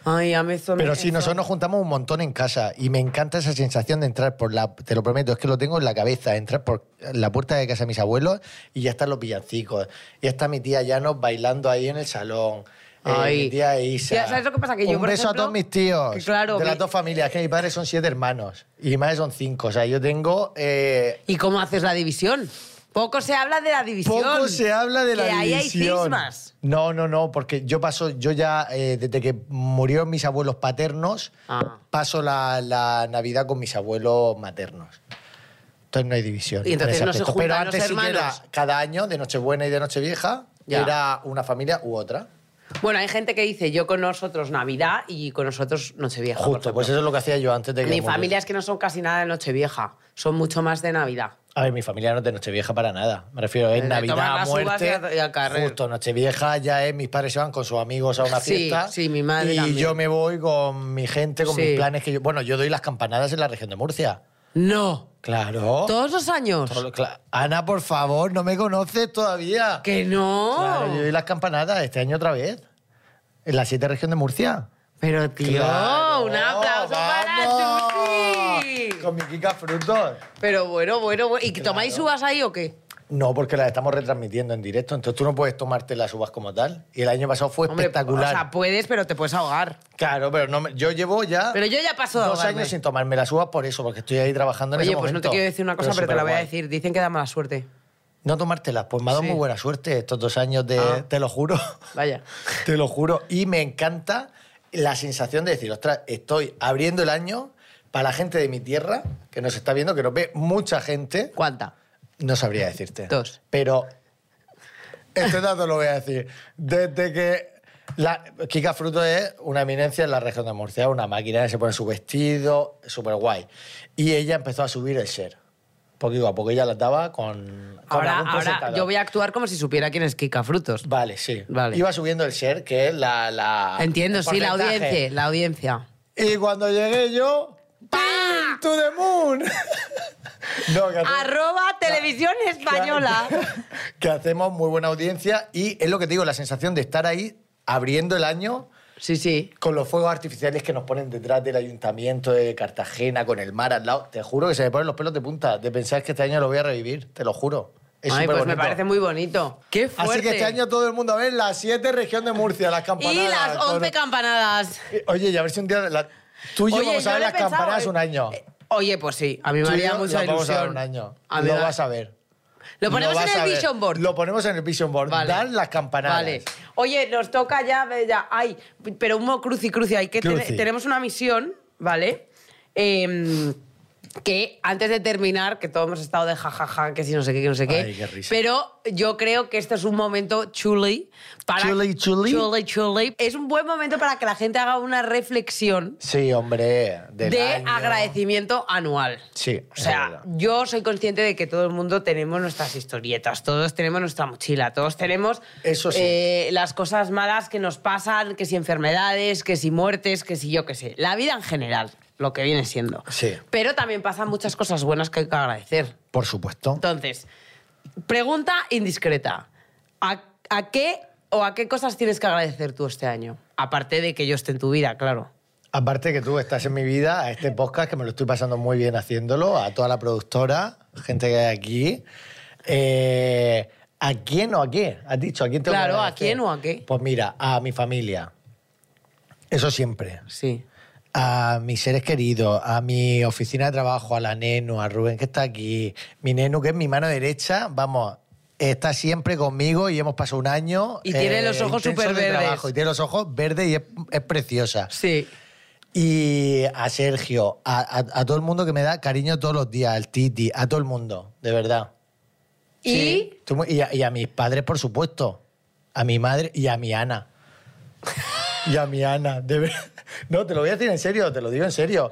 Speaker 3: Ay, a mí eso me-
Speaker 2: Pero sí,
Speaker 3: eso-
Speaker 2: nosotros nos juntamos un montón en casa y me encanta esa sensación de entrar por la... Te lo prometo, es que lo tengo en la cabeza, entrar por la puerta de casa de mis abuelos y ya están los villancicos, ya está mi tía Llanos bailando ahí en el salón. Ay,
Speaker 3: Ay.
Speaker 2: mi tía Isa.
Speaker 3: Ya, ¿sabes lo que pasa? Que yo,
Speaker 2: Un
Speaker 3: por
Speaker 2: beso
Speaker 3: ejemplo,
Speaker 2: a todos mis tíos.
Speaker 3: que claro,
Speaker 2: de
Speaker 3: mi-
Speaker 2: las dos familias, que mis padres son siete hermanos y mi madre son cinco. O sea, yo tengo. eh,
Speaker 3: ¿Y cómo haces la división? Poco se habla de la división.
Speaker 2: poco se habla de la
Speaker 3: que ahí hay
Speaker 2: división.
Speaker 3: cismas.
Speaker 2: No, no, no, porque yo paso, yo ya eh, desde que murieron mis abuelos paternos,
Speaker 3: Ah.
Speaker 2: paso la, la Navidad con mis abuelos maternos. Entonces no hay división.
Speaker 3: Y entonces
Speaker 2: en ese
Speaker 3: no se
Speaker 2: aspecto.
Speaker 3: juntan
Speaker 2: Pero
Speaker 3: los
Speaker 2: antes sí que era
Speaker 3: hermanos.
Speaker 2: cada año de Nochebuena y de Nochevieja
Speaker 3: Ya.
Speaker 2: era una familia u otra.
Speaker 3: Bueno, hay gente que dice yo con nosotros Navidad y con nosotros Nochevieja. por
Speaker 2: Justo, pues eso
Speaker 3: ejemplo.
Speaker 2: es lo que hacía yo antes de que
Speaker 3: Mi
Speaker 2: muriera.
Speaker 3: familia es que no son casi nada de Nochevieja, son mucho más de Navidad.
Speaker 2: A ver, mi familia no es de Nochevieja para nada. Me refiero, es
Speaker 3: Eh, tomar
Speaker 2: Navidad,
Speaker 3: las uvas y
Speaker 2: muerte.
Speaker 3: a- y a carrer.
Speaker 2: Justo, Nochevieja ya es, mis padres se van con sus amigos a una
Speaker 3: Sí,
Speaker 2: fiesta.
Speaker 3: sí, mi madre
Speaker 2: Y
Speaker 3: también.
Speaker 2: yo me voy con mi gente, con
Speaker 3: Sí.
Speaker 2: mis planes. que yo, Bueno, yo doy las campanadas en la región de Murcia.
Speaker 3: No.
Speaker 2: Claro.
Speaker 3: Todos los años.
Speaker 2: Todo lo- cla- Ana, por favor, no me conoces todavía.
Speaker 3: Que no.
Speaker 2: Claro, yo doy las campanadas este año otra vez. En la siete región de Murcia.
Speaker 3: Pero tío,
Speaker 2: Claro,
Speaker 3: un aplauso para
Speaker 2: vamos.
Speaker 3: Susi.
Speaker 2: Con mi Kika Frutos.
Speaker 3: Pero bueno, bueno, bueno. ¿Y tomáis uvas ahí o qué?
Speaker 2: No, porque las estamos retransmitiendo en directo, entonces tú no puedes tomarte las uvas como tal. Y el año pasado fue
Speaker 3: Hombre,
Speaker 2: espectacular.
Speaker 3: O sea, puedes, pero te puedes ahogar.
Speaker 2: claro, pero no me- yo llevo ya
Speaker 3: Pero yo ya paso de
Speaker 2: dos
Speaker 3: ahogarme.
Speaker 2: años sin tomarme las uvas por eso, porque estoy ahí trabajando en
Speaker 3: Oye,
Speaker 2: ese
Speaker 3: pues no te
Speaker 2: momento.
Speaker 3: quiero decir una cosa, pero, te la voy a
Speaker 2: superguay.
Speaker 3: decir. Dicen que da mala suerte.
Speaker 2: No tomártelas, pues me ha dado
Speaker 3: Sí.
Speaker 2: muy buena suerte estos dos años de...
Speaker 3: Ah.
Speaker 2: Te lo juro,
Speaker 3: Vaya.
Speaker 2: te lo juro. Y me encanta la sensación de decir, ostras, estoy abriendo el año para la gente de mi tierra, que nos está viendo, que nos ve mucha gente.
Speaker 3: ¿Cuánta?
Speaker 2: No sabría decirte.
Speaker 3: Dos.
Speaker 2: Pero este dato lo voy a decir. Desde que... La, Kika Fruto es una eminencia en la región de Murcia, una máquina, se pone su vestido, súper guay. Y ella empezó a subir el share. Poquito a poco ella las daba con, con
Speaker 3: Ahora,
Speaker 2: algún
Speaker 3: ahora
Speaker 2: presentador.
Speaker 3: yo voy a actuar como si supiera quién es Kika Frutos.
Speaker 2: Vale, sí.
Speaker 3: Vale.
Speaker 2: Iba subiendo el share, que es la... la-
Speaker 3: Entiendo,
Speaker 2: el
Speaker 3: sí, la
Speaker 2: porcentaje.
Speaker 3: audiencia, la audiencia.
Speaker 2: Y cuando llegué yo... ¡Pam! ¡To the moon! no, que hace-
Speaker 3: Arroba Televisión Española.
Speaker 2: que hacemos muy buena audiencia y es lo que te digo, la sensación de estar ahí abriendo el año
Speaker 3: Sí, sí.
Speaker 2: con los fuegos artificiales que nos ponen detrás del ayuntamiento de Cartagena, con el mar al lado. Te juro que se me ponen los pelos de punta de pensar que este año lo voy a revivir, te lo juro. Es
Speaker 3: Ay, pues
Speaker 2: superbonito.
Speaker 3: me parece muy bonito. Qué fuerte.
Speaker 2: Así que este año todo el mundo a ver las siete región de Murcia, las campanadas.
Speaker 3: Y las 11
Speaker 2: con-
Speaker 3: campanadas.
Speaker 2: Oye, y a ver si un día la- tú y yo
Speaker 3: Oye,
Speaker 2: vamos a
Speaker 3: yo
Speaker 2: ver
Speaker 3: lo he
Speaker 2: las
Speaker 3: pensado,
Speaker 2: campanadas
Speaker 3: ¿eh?
Speaker 2: un año.
Speaker 3: Oye, pues sí, a mí me
Speaker 2: Tú y
Speaker 3: haría
Speaker 2: yo
Speaker 3: mucha
Speaker 2: las
Speaker 3: ilusión.
Speaker 2: vamos a ver un año.
Speaker 3: A mí
Speaker 2: lo
Speaker 3: me-
Speaker 2: vas a ver.
Speaker 3: Lo ponemos
Speaker 2: vas
Speaker 3: en
Speaker 2: a
Speaker 3: el
Speaker 2: ver.
Speaker 3: vision board.
Speaker 2: Lo ponemos en el vision board.
Speaker 3: Vale.
Speaker 2: Dan las campanadas.
Speaker 3: Vale. Oye, nos toca ya, ve, ya. Ay, pero un mo- cruci, cruci. Hay que
Speaker 2: Cruci.
Speaker 3: tener- tenemos una misión, ¿vale? Em, que antes de terminar, que todos hemos estado de jajaja, que si no sé qué, que no sé qué.
Speaker 2: Ay, qué risa.
Speaker 3: Pero yo creo que este es un momento chuli para.
Speaker 2: Chuli, chuli.
Speaker 3: Chuli, chuli. Es un buen momento para que la gente haga una reflexión
Speaker 2: Sí, hombre. del
Speaker 3: de
Speaker 2: año.
Speaker 3: agradecimiento anual.
Speaker 2: Sí,
Speaker 3: O sea, yo soy consciente de que todo el mundo tenemos nuestras historietas, todos tenemos nuestra mochila, todos tenemos
Speaker 2: Eso sí.
Speaker 3: eh, las cosas malas que nos pasan, que si enfermedades, que si muertes, que si yo qué sé. La vida en general, lo que viene siendo.
Speaker 2: Sí.
Speaker 3: Pero también pasan muchas cosas buenas que hay que agradecer.
Speaker 2: por supuesto.
Speaker 3: Entonces, pregunta indiscreta. ¿A, a qué o a qué cosas tienes que agradecer tú este año? Aparte de que yo esté en tu vida, claro.
Speaker 2: Aparte que tú estás en mi vida, a este podcast, que me lo estoy pasando muy bien haciéndolo, a toda la productora, gente que hay aquí. Eh, ¿A quién o a qué? Has dicho, ¿a quién te
Speaker 3: Claro, ¿a quién o a qué?
Speaker 2: Pues mira, a mi familia. Eso siempre.
Speaker 3: Sí.
Speaker 2: a mis seres queridos, a mi oficina de trabajo, a la Nenu, a Rubén que está aquí, mi Nenu que es mi mano derecha, vamos, está siempre conmigo y hemos pasado un año. eh,
Speaker 3: Y tiene los ojos
Speaker 2: intenso de
Speaker 3: superverdes.
Speaker 2: trabajo, Y tiene los ojos verdes y es, es preciosa.
Speaker 3: Sí.
Speaker 2: Y a Sergio, a, a- a todo el mundo que me da cariño todos los días, al Titi, a todo el mundo, de verdad.
Speaker 3: Y
Speaker 2: Sí, estoy muy- y, a, y a mis padres, por supuesto. A mi madre y a mi Ana. y a mi Ana. de ver- No, te lo voy a decir en serio, te lo digo en serio.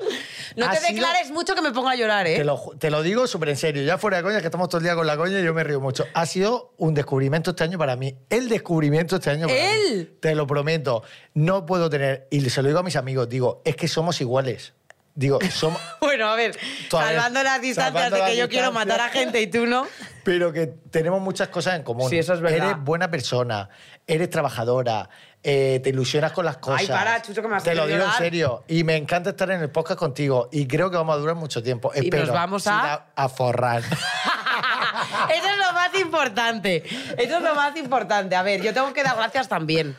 Speaker 3: No
Speaker 2: Ha
Speaker 3: te
Speaker 2: sido-
Speaker 3: declares mucho que me pongo a llorar, ¿eh?
Speaker 2: Te lo, ju- te lo digo súper en serio. Ya fuera de coña, que estamos todo el día con la coña y yo me río mucho. Ha sido un descubrimiento este año para mí. El descubrimiento este año para mí.
Speaker 3: ¿El?
Speaker 2: Te lo prometo. No puedo tener... Y se lo digo a mis amigos. Digo, es que somos iguales. Digo, somos...
Speaker 3: Bueno, a ver,
Speaker 2: Todavía-
Speaker 3: salvando las distancias
Speaker 2: salvando
Speaker 3: de
Speaker 2: las
Speaker 3: que yo quiero
Speaker 2: distancias.
Speaker 3: matar a gente y tú no.
Speaker 2: pero que tenemos muchas cosas en común.
Speaker 3: Sí, eso es verdad.
Speaker 2: Eres buena persona, eres trabajadora, eh, te ilusionas con las cosas.
Speaker 3: para, Chucho, que me has
Speaker 2: Te lo
Speaker 3: hecho
Speaker 2: digo en
Speaker 3: llorar.
Speaker 2: serio. Y me encanta estar en el podcast contigo. Y creo que vamos a durar mucho tiempo.
Speaker 3: nos
Speaker 2: Espero.
Speaker 3: vamos
Speaker 2: sin
Speaker 3: a-
Speaker 2: a forrar.
Speaker 3: Eso es lo más importante. Eso es lo más importante. A ver, yo tengo que dar gracias también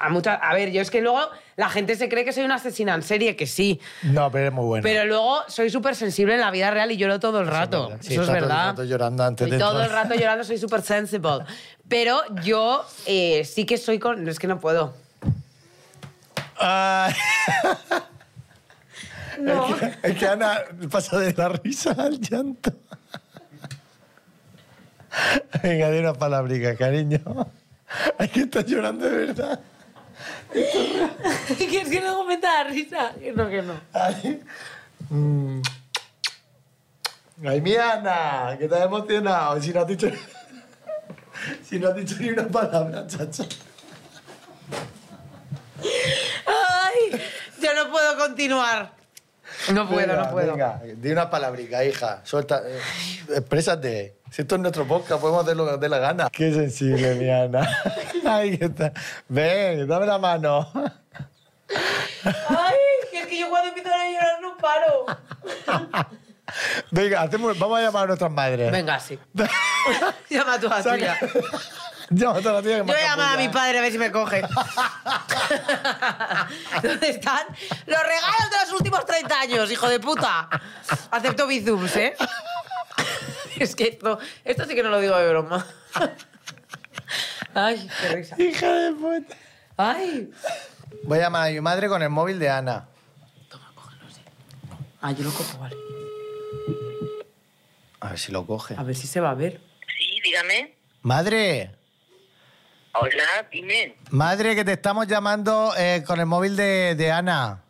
Speaker 4: a muchas. A ver, yo es que luego la gente se cree que soy una asesina en serie, que sí.
Speaker 2: No, pero eres muy buena.
Speaker 4: Pero luego soy súper sensible en la vida real y lloro todo el rato.
Speaker 2: Sí,
Speaker 4: Eso es
Speaker 2: está todo el
Speaker 4: verdad.
Speaker 2: rato llorando antes
Speaker 4: Soy
Speaker 2: de
Speaker 4: todo el
Speaker 2: entrar.
Speaker 4: rato llorando, soy súper sensible. Pero yo eh, sí que soy con. no, Es que no puedo.
Speaker 2: Ah,
Speaker 4: No.
Speaker 2: es que Ana pasa de la risa al llanto. Venga, di una palabrica, cariño. Es que estás llorando de verdad.
Speaker 4: que es que luego me da risa. Que No, que no.
Speaker 2: Ay, Mm. Ay, mi Ana, que estás emocionado. Si no has dicho, si no has dicho ni una palabra, chacha.
Speaker 4: ¡Ay! Yo no puedo continuar. No puedo,
Speaker 2: Venga,
Speaker 4: no puedo.
Speaker 2: Venga, di una palabrica, hija. Suelta. eh, exprésate. Si esto es nuestro podcast, podemos hacer lo que nos dé la gana. Qué sensible, mi Ana. Ay, que está. Ven, dame la mano.
Speaker 4: ¡Ay! Que es que yo cuando empiezo a llorar no paro.
Speaker 2: Venga, hacemos- vamos a llamar a nuestras madres.
Speaker 4: Venga, sí. Llama tú a la tuya.
Speaker 2: Saca- Llama a todas las tías
Speaker 4: Yo
Speaker 2: que más
Speaker 4: voy a llamar a
Speaker 2: capullas.
Speaker 4: mi padre a ver si me coge. ¿Dónde están los regalos de los últimos 30 años, hijo de puta? Acepto bizums, ¿eh? Es que esto, esto sí que no lo digo de broma. Ay, qué risa.
Speaker 2: Hija de puta.
Speaker 4: Ay.
Speaker 2: Voy a llamar a mi madre con el móvil de Ana.
Speaker 4: Ah, yo lo cojo, vale.
Speaker 2: A ver si lo coge.
Speaker 4: A ver si se va a ver.
Speaker 5: Sí, dígame.
Speaker 2: Madre,
Speaker 5: Hola, dime.
Speaker 2: madre, que te estamos llamando eh, con el móvil de, de Ana,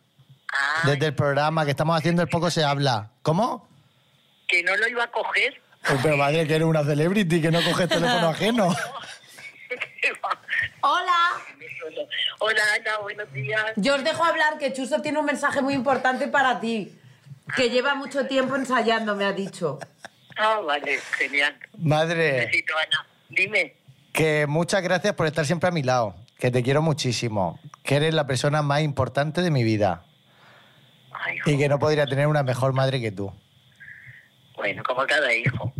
Speaker 5: Ah,
Speaker 2: desde el programa que estamos haciendo El Poco Se Habla. ¿Cómo?
Speaker 5: que no lo iba a coger.
Speaker 2: Eh, Pero madre, que eres una celebrity, que no coges teléfono ajeno.
Speaker 3: Hola.
Speaker 5: Hola, Ana, buenos días.
Speaker 3: Yo os dejo hablar que Chuso tiene un mensaje muy importante para ti. Que lleva mucho tiempo ensayando, me ha dicho.
Speaker 5: Ah, vale, genial.
Speaker 2: Madre,
Speaker 5: Besito, Ana. Dime.
Speaker 2: que muchas gracias por estar siempre a mi lado, que te quiero muchísimo, que eres la persona más importante de mi vida
Speaker 5: Ay, hijo.
Speaker 2: y que no podría tener una mejor madre que tú.
Speaker 5: Bueno, como cada hijo.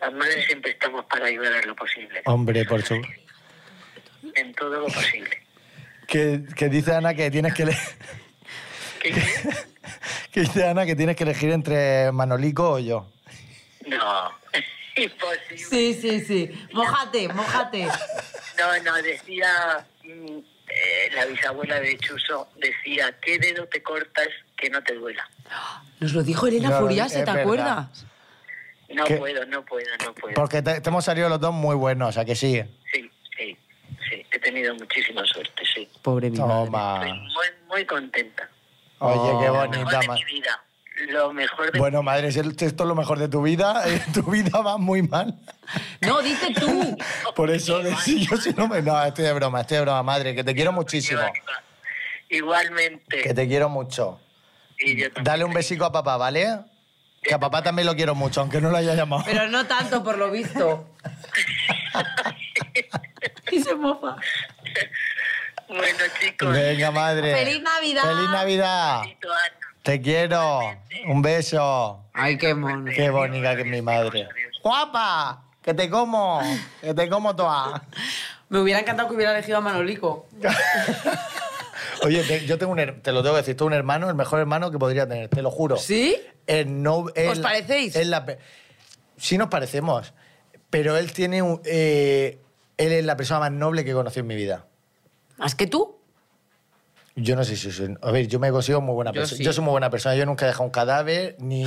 Speaker 5: Las madres siempre estamos para ayudar en lo posible.
Speaker 2: Hombre, por su...
Speaker 5: En todo lo posible.
Speaker 2: Que, que dice Ana que tienes que... le-
Speaker 5: ¿Qué?
Speaker 2: Que dice Ana que tienes que elegir entre Manolico o yo.
Speaker 5: No. Imposible.
Speaker 3: Sí, sí, sí. Mójate, mójate.
Speaker 5: No, no, decía mm, eh, la bisabuela de Chuso, decía, ¿qué dedo te cortas que no te duela?
Speaker 3: Nos lo dijo Elena
Speaker 2: Claro,
Speaker 3: Furiase,
Speaker 2: es
Speaker 3: ¿te
Speaker 2: verdad.
Speaker 3: acuerdas?
Speaker 5: No
Speaker 2: ¿Qué?
Speaker 5: puedo, no puedo, no puedo.
Speaker 2: Porque te, te hemos salido los dos muy buenos, o sea que sí.
Speaker 5: Sí, sí, sí. He tenido muchísima suerte, sí.
Speaker 3: Pobre mi madre.
Speaker 2: Toma.
Speaker 5: Estoy muy, muy contenta.
Speaker 2: Oye, qué
Speaker 3: Oh.
Speaker 5: Lo mejor
Speaker 2: bonita.
Speaker 5: de
Speaker 2: ma-
Speaker 5: mi vida. Lo mejor de
Speaker 2: Bueno, madre, si esto es lo mejor de tu vida, eh, tu vida va muy mal.
Speaker 3: No, dice tú.
Speaker 2: Por eso, si yo si no me... No, estoy de broma, estoy de broma, madre, que te quiero muchísimo.
Speaker 5: Igualmente.
Speaker 2: Que te quiero mucho.
Speaker 5: Y yo también.
Speaker 2: Dale un besico a papá, ¿vale? Que a papá también lo quiero mucho, aunque no lo haya llamado.
Speaker 3: Pero no tanto, por lo visto. y se mofa.
Speaker 5: Bueno, chicos.
Speaker 2: Venga, madre.
Speaker 3: ¡Feliz Navidad!
Speaker 2: ¡Feliz Navidad!
Speaker 5: besito, Ana.
Speaker 2: Te quiero. Un beso.
Speaker 4: Ay, qué mono.
Speaker 2: Qué bonita que es mi madre. ¡Guapa! ¡Que te como! ¡Que te como toda!
Speaker 4: Me hubiera encantado que hubiera elegido a Manolico.
Speaker 2: Oye, te- yo tengo un her- te lo tengo que decir, tengo un hermano, el mejor hermano que podría tener, te lo juro.
Speaker 4: ¿Sí?
Speaker 2: Él no, él-
Speaker 4: ¿Os parecéis?
Speaker 2: él la pe- sí nos parecemos, pero él tiene un- eh, él es la persona más noble que conocí en mi vida.
Speaker 4: ¿Más que tú?
Speaker 2: Yo no sé si soy... A ver, yo me consigo muy buena
Speaker 4: Yo
Speaker 2: persona.
Speaker 4: sí.
Speaker 2: Yo soy muy buena persona. Yo nunca he dejado un cadáver, ni...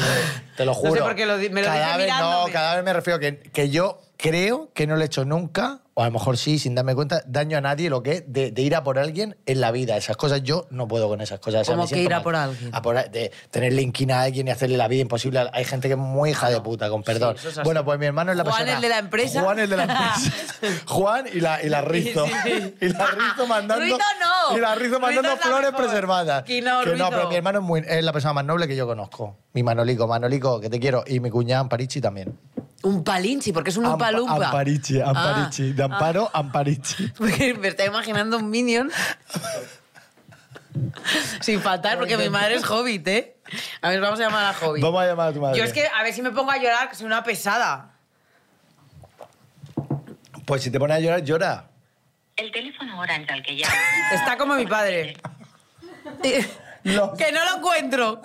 Speaker 2: Te lo
Speaker 4: sé
Speaker 2: juro.
Speaker 4: por qué lo di- me lo dice
Speaker 2: cadáver, no,
Speaker 4: mirándome.
Speaker 2: cadáver me refiero a que, que yo creo que no le he hecho nunca, o a lo mejor sí, sin darme cuenta, daño a nadie lo que es de, de ir a por alguien en la vida. Esas cosas yo no puedo con esas cosas. O sea,
Speaker 3: ¿Cómo
Speaker 2: me
Speaker 3: que
Speaker 2: siento
Speaker 3: ir a
Speaker 2: mal.
Speaker 3: por alguien?
Speaker 2: A por a- de tenerle inquina a alguien y hacerle la vida imposible. a- Hay gente que es muy hija de puta, con perdón.
Speaker 4: eso es así.
Speaker 2: bueno, pues mi hermano es la
Speaker 3: Juan,
Speaker 2: persona...
Speaker 3: el de la empresa.
Speaker 2: Juan, el de la empresa. Juan y la, y la Rizo.
Speaker 4: Sí, sí.
Speaker 2: Y la Rizo mandando...
Speaker 3: Ruido no.
Speaker 2: Y la Rizo
Speaker 4: Ruido
Speaker 2: mandando
Speaker 4: es la
Speaker 2: flores
Speaker 4: mejor.
Speaker 2: preservadas.
Speaker 4: Que no,
Speaker 2: que
Speaker 4: Ruido.
Speaker 2: no, pero mi hermano es, muy- es la persona más noble que yo conozco. Mi Manolico, Manolico, que te quiero. Y mi cuñada Amparichi también.
Speaker 3: Un palinchi, porque es un
Speaker 2: Ampa-
Speaker 3: palumpa.
Speaker 2: Amparichi,
Speaker 3: Ah.
Speaker 2: Amparichi. de Amparo, Amparichi.
Speaker 3: Porque me está imaginando un minion. Sin faltar, porque mi madre es hobbit, ¿eh? A ver, vamos a llamar a hobbit.
Speaker 2: Vamos a llamar a tu madre.
Speaker 4: Yo es que a ver si me pongo a llorar, que soy una pesada.
Speaker 2: Pues si te pones a llorar, llora.
Speaker 6: El teléfono
Speaker 5: Orange al que llamo.
Speaker 3: Está como mi padre.
Speaker 2: Los-
Speaker 3: Que no lo encuentro.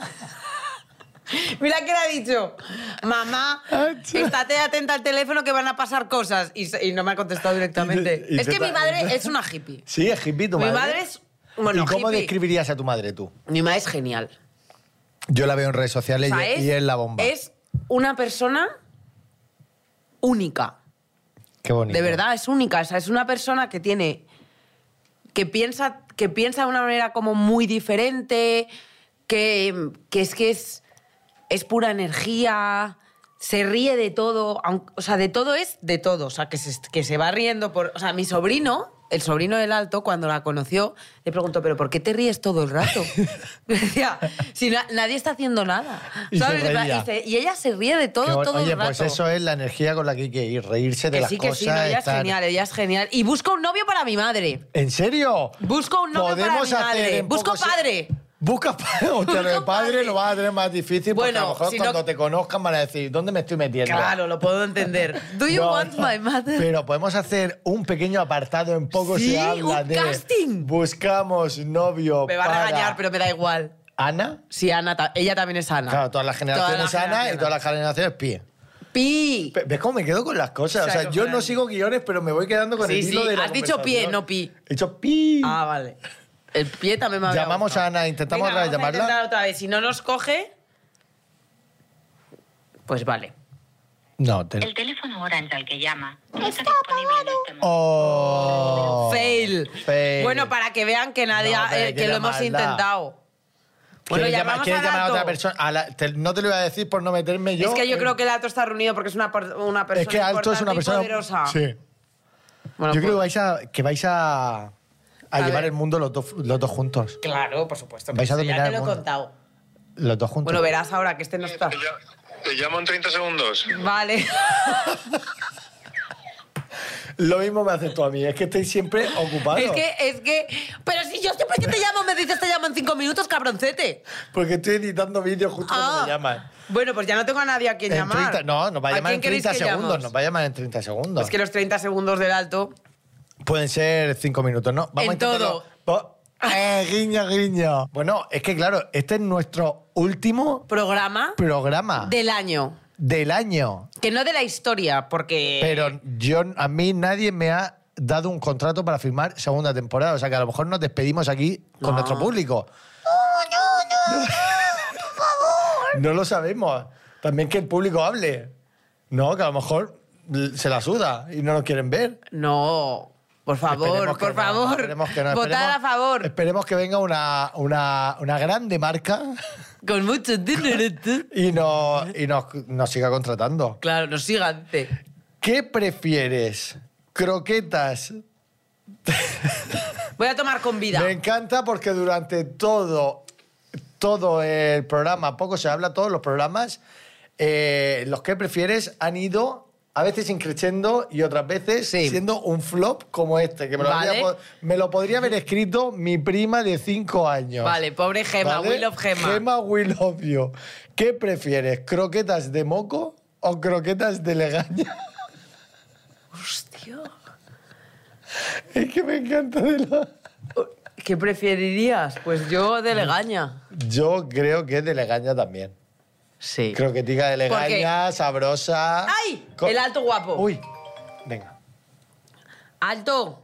Speaker 3: Mira que le ha dicho, mamá,
Speaker 2: Ah,
Speaker 3: estate atenta al teléfono que van a pasar cosas. Y, se- y no me ha contestado directamente.
Speaker 2: Y- y
Speaker 3: es que
Speaker 2: te-
Speaker 3: mi madre es una hippie.
Speaker 2: Sí, es hippie tu
Speaker 3: Mi
Speaker 2: madre.
Speaker 3: madre es- bueno,
Speaker 2: ¿Y cómo
Speaker 3: hippie.
Speaker 2: describirías a tu madre tú?
Speaker 3: Mi madre es genial.
Speaker 2: Yo la veo en redes sociales
Speaker 3: O sea,
Speaker 2: y, y es la bomba.
Speaker 3: Es una persona única.
Speaker 2: Qué bonito.
Speaker 3: De verdad, es única. O sea, es una persona que tiene. que piensa, que piensa de una manera como muy diferente, que, que es que es, es pura energía, se ríe de todo. aun- o sea, de todo es de todo. O sea, que se, que se va riendo por. O sea, mi sobrino. El sobrino del alto, cuando la conoció, le preguntó, ¿pero por qué te ríes todo el rato? Decía, si na- nadie está haciendo nada.
Speaker 2: Y se
Speaker 3: ¿Sabes? En plan,
Speaker 2: reía.
Speaker 3: Y, se- y ella se ríe de
Speaker 2: Qué
Speaker 3: todo,
Speaker 2: bon-
Speaker 3: todo
Speaker 2: Oye,
Speaker 3: el rato.
Speaker 2: pues eso es la energía con la que hay que ir, reírse de
Speaker 3: Que
Speaker 2: las
Speaker 3: sí, que
Speaker 2: cosas.
Speaker 3: sí, no, ella es
Speaker 2: estar-
Speaker 3: genial, ella es genial. Y busco un novio para mi madre.
Speaker 2: ¿En serio?
Speaker 3: Busco un novio para mi madre.
Speaker 2: en
Speaker 3: Busco
Speaker 2: pocos se-
Speaker 3: padre.
Speaker 2: Busca padre. O sea, lo de
Speaker 3: Busco
Speaker 2: padre
Speaker 3: padre.
Speaker 2: lo vas a tener más difícil porque
Speaker 3: Bueno,
Speaker 2: a lo mejor
Speaker 3: si no-
Speaker 2: cuando te conozcan van a decir, ¿dónde me estoy metiendo?
Speaker 3: Claro, lo puedo entender. ¿Do you
Speaker 2: No,
Speaker 3: want
Speaker 2: no.
Speaker 3: my mother?
Speaker 2: Pero podemos hacer un pequeño apartado en poco
Speaker 3: Sí,
Speaker 2: se habla
Speaker 3: un
Speaker 2: de
Speaker 3: casting.
Speaker 2: buscamos novio
Speaker 3: me va
Speaker 2: para
Speaker 3: a regañar, pero me da igual.
Speaker 2: Ana.
Speaker 3: Sí, Ana, ta- ella también es Ana.
Speaker 2: Claro, todas las generaciones
Speaker 3: Todas las
Speaker 2: Ana y
Speaker 3: generaciones.
Speaker 2: todas las generaciones Pie.
Speaker 3: Pi.
Speaker 2: Pe- ¿Ves cómo me quedo con las cosas? O sea,
Speaker 3: Exacto,
Speaker 2: yo no
Speaker 3: claro.
Speaker 2: sigo guiones, pero me voy quedando con
Speaker 3: Sí,
Speaker 2: el hilo
Speaker 3: sí,
Speaker 2: de la
Speaker 3: has dicho pie,
Speaker 2: conversación.
Speaker 3: no pi.
Speaker 2: He dicho pi.
Speaker 3: Ah, vale. El pie también me había
Speaker 2: Llamamos
Speaker 3: gustado.
Speaker 2: a Ana, intentamos
Speaker 3: Venga, vamos a
Speaker 2: llamarla.
Speaker 3: intentar otra vez. Si no nos coge, pues vale.
Speaker 2: No, te...
Speaker 5: El teléfono Orange al que llama no está disponible en este momento.
Speaker 2: Oh.
Speaker 3: fail.
Speaker 2: fail.
Speaker 3: Bueno, para que vean que nadie,
Speaker 2: No, pero que
Speaker 3: eh, que
Speaker 2: la
Speaker 3: lo hemos
Speaker 2: maldad.
Speaker 3: intentado. Bueno,
Speaker 2: ¿Quieres llamar,
Speaker 3: llamamos
Speaker 2: quieres
Speaker 3: al
Speaker 2: llamar a
Speaker 3: alto.
Speaker 2: otra persona? A la- te- no te lo iba a decir por no meterme yo.
Speaker 3: es que yo
Speaker 2: en-
Speaker 3: creo que el alto está reunido porque es una, por- una persona
Speaker 2: Es que Alto es una persona...
Speaker 3: importante y poderosa.
Speaker 2: Sí.
Speaker 3: Bueno,
Speaker 2: yo
Speaker 3: pues-
Speaker 2: creo que vais a, que vais a, a llevar
Speaker 3: ver.
Speaker 2: el mundo los dos, los dos juntos.
Speaker 3: Claro, por supuesto.
Speaker 2: Vais a
Speaker 3: eso
Speaker 2: dominar
Speaker 3: ya
Speaker 2: el
Speaker 3: te lo he
Speaker 2: mundo.
Speaker 3: contado.
Speaker 2: Los dos juntos.
Speaker 3: Bueno, verás ahora que este no está.
Speaker 6: Te ll- Te llamo en 30 segundos.
Speaker 3: Vale.
Speaker 2: Lo mismo me haces tú a mí. Es que estoy siempre ocupado.
Speaker 3: Es que, es que. Pero si yo siempre que te llamo me dices te llamo en cinco minutos, cabroncete.
Speaker 2: Porque estoy editando vídeos justo cuando
Speaker 3: Ah.
Speaker 2: me llaman.
Speaker 3: Bueno, pues ya no tengo a nadie a quien
Speaker 2: En
Speaker 3: llamar.
Speaker 2: 30 no, nos va a llamar en
Speaker 3: quién queréis
Speaker 2: 30
Speaker 3: que
Speaker 2: segundos.
Speaker 3: llamamos?
Speaker 2: Nos va a llamar en 30 segundos.
Speaker 3: Es que los 30 segundos del alto.
Speaker 2: Pueden ser cinco minutos, ¿no?
Speaker 3: En
Speaker 2: a intentarlo.
Speaker 3: todo.
Speaker 2: Po- Eh, guiño, guiño. Bueno, es que claro, este es nuestro último
Speaker 3: Programa
Speaker 2: programa
Speaker 3: del año.
Speaker 2: del año.
Speaker 3: Que no de la historia, porque.
Speaker 2: Pero yo, a mí nadie me ha dado un contrato para firmar segunda temporada. O sea que a lo mejor nos despedimos aquí con
Speaker 3: No.
Speaker 2: nuestro público. No, no, no, por favor. No lo sabemos. También que el público hable. No, que a lo mejor l- se la suda y no nos quieren ver.
Speaker 3: No, por favor,
Speaker 2: Esperemos que
Speaker 3: por
Speaker 2: no,
Speaker 3: favor.
Speaker 2: esperemos que no,
Speaker 3: Votad
Speaker 2: esperemos-
Speaker 3: a favor.
Speaker 2: Esperemos que venga una, una, una grande marca
Speaker 3: Con mucho dinero. tú.
Speaker 2: y, nos, y nos, nos siga contratando.
Speaker 3: Claro, nos sigan. te.
Speaker 2: ¿Qué prefieres? Croquetas.
Speaker 3: Voy a tomar con vida.
Speaker 2: Me encanta porque durante todo, todo el programa, poco se habla, todos los programas, eh, los que prefieres han ido a veces increciendo y otras veces
Speaker 3: Sí.
Speaker 2: siendo un flop como este, que me lo,
Speaker 3: Vale.
Speaker 2: habría pod- me lo podría haber escrito mi prima de 5 años.
Speaker 3: Vale, pobre Gema,
Speaker 2: ¿Vale?
Speaker 3: we love Gema.
Speaker 2: Gema, we love you. ¿Qué prefieres, croquetas de moco o croquetas de legaña?
Speaker 3: Hostia.
Speaker 2: Es que me encanta de la...
Speaker 3: ¿Qué preferirías? Pues yo de legaña.
Speaker 2: Yo creo que es de legaña también.
Speaker 3: Sí.
Speaker 2: Croquetica de legaña, sabrosa...
Speaker 3: ¡Ay!
Speaker 2: Co-
Speaker 3: El alto guapo.
Speaker 2: Uy, venga.
Speaker 3: Alto.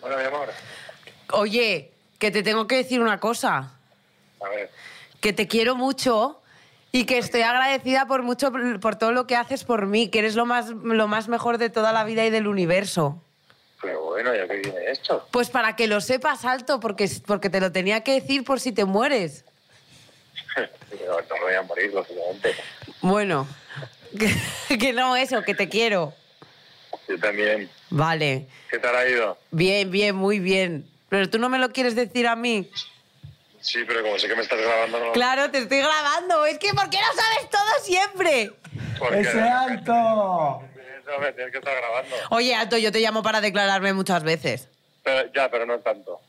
Speaker 6: Hola, mi amor.
Speaker 3: Oye, que te tengo que decir una cosa.
Speaker 6: A ver.
Speaker 3: Que te quiero mucho y que estoy agradecida por mucho por todo lo que haces por mí, que eres lo más, lo más mejor de toda la vida y del universo.
Speaker 6: Pero bueno, ¿ya qué viene esto?
Speaker 3: Pues para que lo sepas alto, porque, porque te lo tenía que decir por si te mueres.
Speaker 6: Pero no me voy a morir, lógicamente.
Speaker 3: Bueno, que, que no eso, que te quiero.
Speaker 6: Yo también.
Speaker 3: Vale,
Speaker 6: ¿Qué tal ha ido?
Speaker 3: bien, bien, muy bien. Pero tú no me lo quieres decir a mí.
Speaker 6: Sí, pero como sé que me estás grabando... No...
Speaker 3: Claro, te estoy grabando. Es que ¿por qué no sabes todo siempre?
Speaker 6: porque-
Speaker 2: alto!
Speaker 6: Eso me tienes que estar grabando.
Speaker 3: Oye, Alto, yo te llamo para declararme muchas veces.
Speaker 6: Pero- ya, pero no tanto.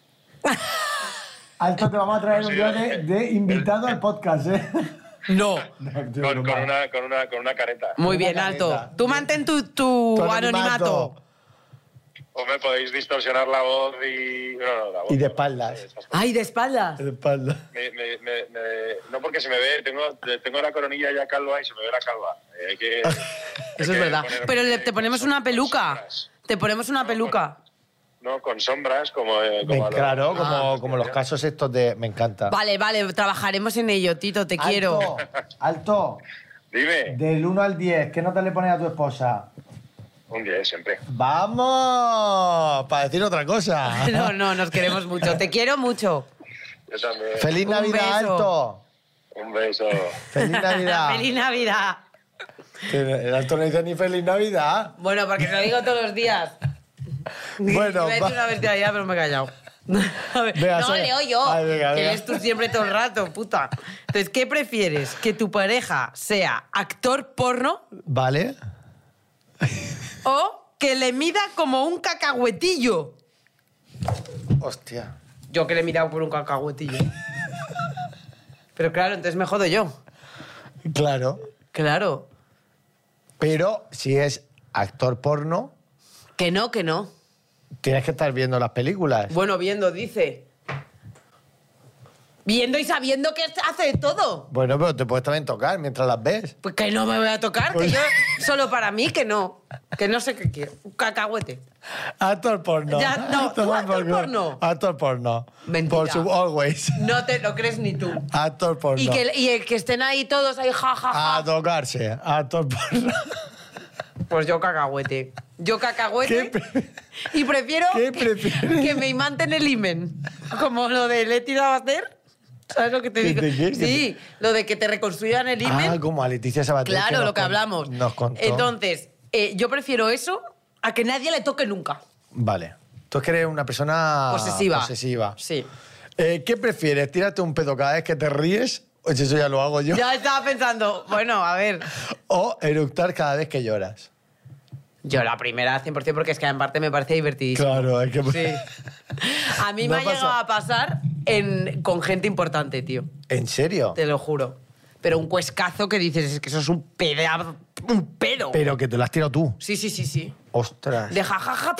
Speaker 2: Alto, te vamos a traer
Speaker 6: un día de- de
Speaker 2: invitado al podcast, ¿eh?
Speaker 3: No.
Speaker 6: Con, con una, con, una, con una careta.
Speaker 3: Muy bien,
Speaker 2: Una
Speaker 3: Alto.
Speaker 2: careta.
Speaker 3: Tú mantén tu, tu anonimato.
Speaker 6: o me podéis distorsionar la voz y... No, no, la voz.
Speaker 2: Y de espaldas.
Speaker 6: Esas cosas.
Speaker 3: Ay, de espaldas.
Speaker 2: De espalda.
Speaker 6: Me- me- me- me- no porque se me ve, tengo, tengo la coronilla ya calva y se me ve la calva. Eh, hay que,
Speaker 3: Eso es verdad. Pero le- te ponemos una peluca. Te ponemos una
Speaker 6: No,
Speaker 3: peluca.
Speaker 6: No, con sombras como... eh, como
Speaker 2: Me-
Speaker 6: a los-
Speaker 2: claro, como,
Speaker 6: Ah,
Speaker 2: como los casos estos de... Me encanta.
Speaker 3: Vale, vale, trabajaremos en ello, Tito, te quiero.
Speaker 2: Alto,
Speaker 6: Dime,
Speaker 2: del 1 al 10, ¿qué nota le pones a tu esposa?
Speaker 6: un 10 siempre.
Speaker 2: ¡Vamos! Para decir otra cosa.
Speaker 3: No, no, nos queremos mucho. Te quiero mucho.
Speaker 6: Yo también.
Speaker 2: ¡Feliz
Speaker 3: Un
Speaker 2: Navidad,
Speaker 3: beso.
Speaker 2: Alto!
Speaker 6: Un beso.
Speaker 2: ¡Feliz Navidad!
Speaker 3: Feliz Navidad.
Speaker 2: Que El Alto no dice ni Feliz Navidad.
Speaker 3: Bueno, porque te lo digo todos los días.
Speaker 2: Bueno,
Speaker 3: Iba a
Speaker 2: va-
Speaker 3: decir una bestialidad, pero me he callado. A ver,
Speaker 2: Venga,
Speaker 3: no,
Speaker 2: Sara.
Speaker 3: leo yo.
Speaker 2: Ay, venga,
Speaker 3: que
Speaker 2: venga.
Speaker 3: lees tú siempre todo el rato, puta. Entonces, ¿qué prefieres? ¿Que tu pareja sea actor porno
Speaker 2: Vale.
Speaker 3: o que le mida como un cacahuetillo?
Speaker 2: Hostia.
Speaker 3: Yo que le he mirado por un cacahuetillo. Pero claro, entonces me jodo yo.
Speaker 2: Claro.
Speaker 3: Claro.
Speaker 2: Pero si es actor porno,
Speaker 3: Que no, que no.
Speaker 2: tienes que estar viendo las películas.
Speaker 3: Bueno, viendo, dice. Viendo y sabiendo que hace de todo.
Speaker 2: Bueno, pero te puedes también tocar mientras las ves.
Speaker 3: Pues que no me voy a tocar, que
Speaker 2: Pues-
Speaker 3: yo solo para mí, que no. Que no sé qué quiero. Un cacahuete.
Speaker 2: Actor porno.
Speaker 3: Ya, no, tú
Speaker 2: Toma
Speaker 3: actor
Speaker 2: por culo.
Speaker 3: porno.
Speaker 2: Actor porno.
Speaker 3: Mentira.
Speaker 2: Por su always.
Speaker 3: No te lo crees ni tú.
Speaker 2: Actor porno.
Speaker 3: Y que, y el que estén ahí todos ahí, ja, ja, ja.
Speaker 2: A tocarse. Actor porno.
Speaker 3: Pues yo cacahuete. Yo
Speaker 2: ¿Qué
Speaker 3: cacahuete.
Speaker 2: pre-
Speaker 3: Y prefiero
Speaker 2: qué
Speaker 3: que-
Speaker 2: prefieres?
Speaker 3: que me imanten el imen. Como lo de Leti Sabater. ¿Sabes lo que te
Speaker 2: ¿Que
Speaker 3: digo?
Speaker 2: te qué?
Speaker 3: Sí, lo de que te reconstruyan el imen.
Speaker 2: Ah, como a Leticia Sabater.
Speaker 3: Claro,
Speaker 2: nos
Speaker 3: lo que
Speaker 2: con-
Speaker 3: hablamos.
Speaker 2: Nos contó.
Speaker 3: Entonces, eh, yo prefiero eso a que nadie le toque nunca.
Speaker 2: Vale. Tú es que eres una persona
Speaker 3: Posesiva.
Speaker 2: Ah, posesiva.
Speaker 3: Sí.
Speaker 2: Eh, ¿Qué prefieres? ¿Tírate un pedo cada vez que te ríes? Oye, eso ya lo hago yo.
Speaker 3: Ya estaba pensando, bueno, a ver.
Speaker 2: O eructar cada vez que lloras.
Speaker 3: Yo la primera 100% porque es que en parte me parece divertidísimo.
Speaker 2: Claro, es que...
Speaker 3: A mí
Speaker 2: No
Speaker 3: me ha
Speaker 2: pasa.
Speaker 3: llegado a pasar en- con gente importante, tío.
Speaker 2: ¿En serio?
Speaker 3: Te lo juro. Pero un cuescazo que dices, es que eso es un pedazo, un pedo.
Speaker 2: Pero que te lo has tirado tú.
Speaker 3: Sí, sí, sí, sí.
Speaker 2: Ostras.
Speaker 3: De jajaja.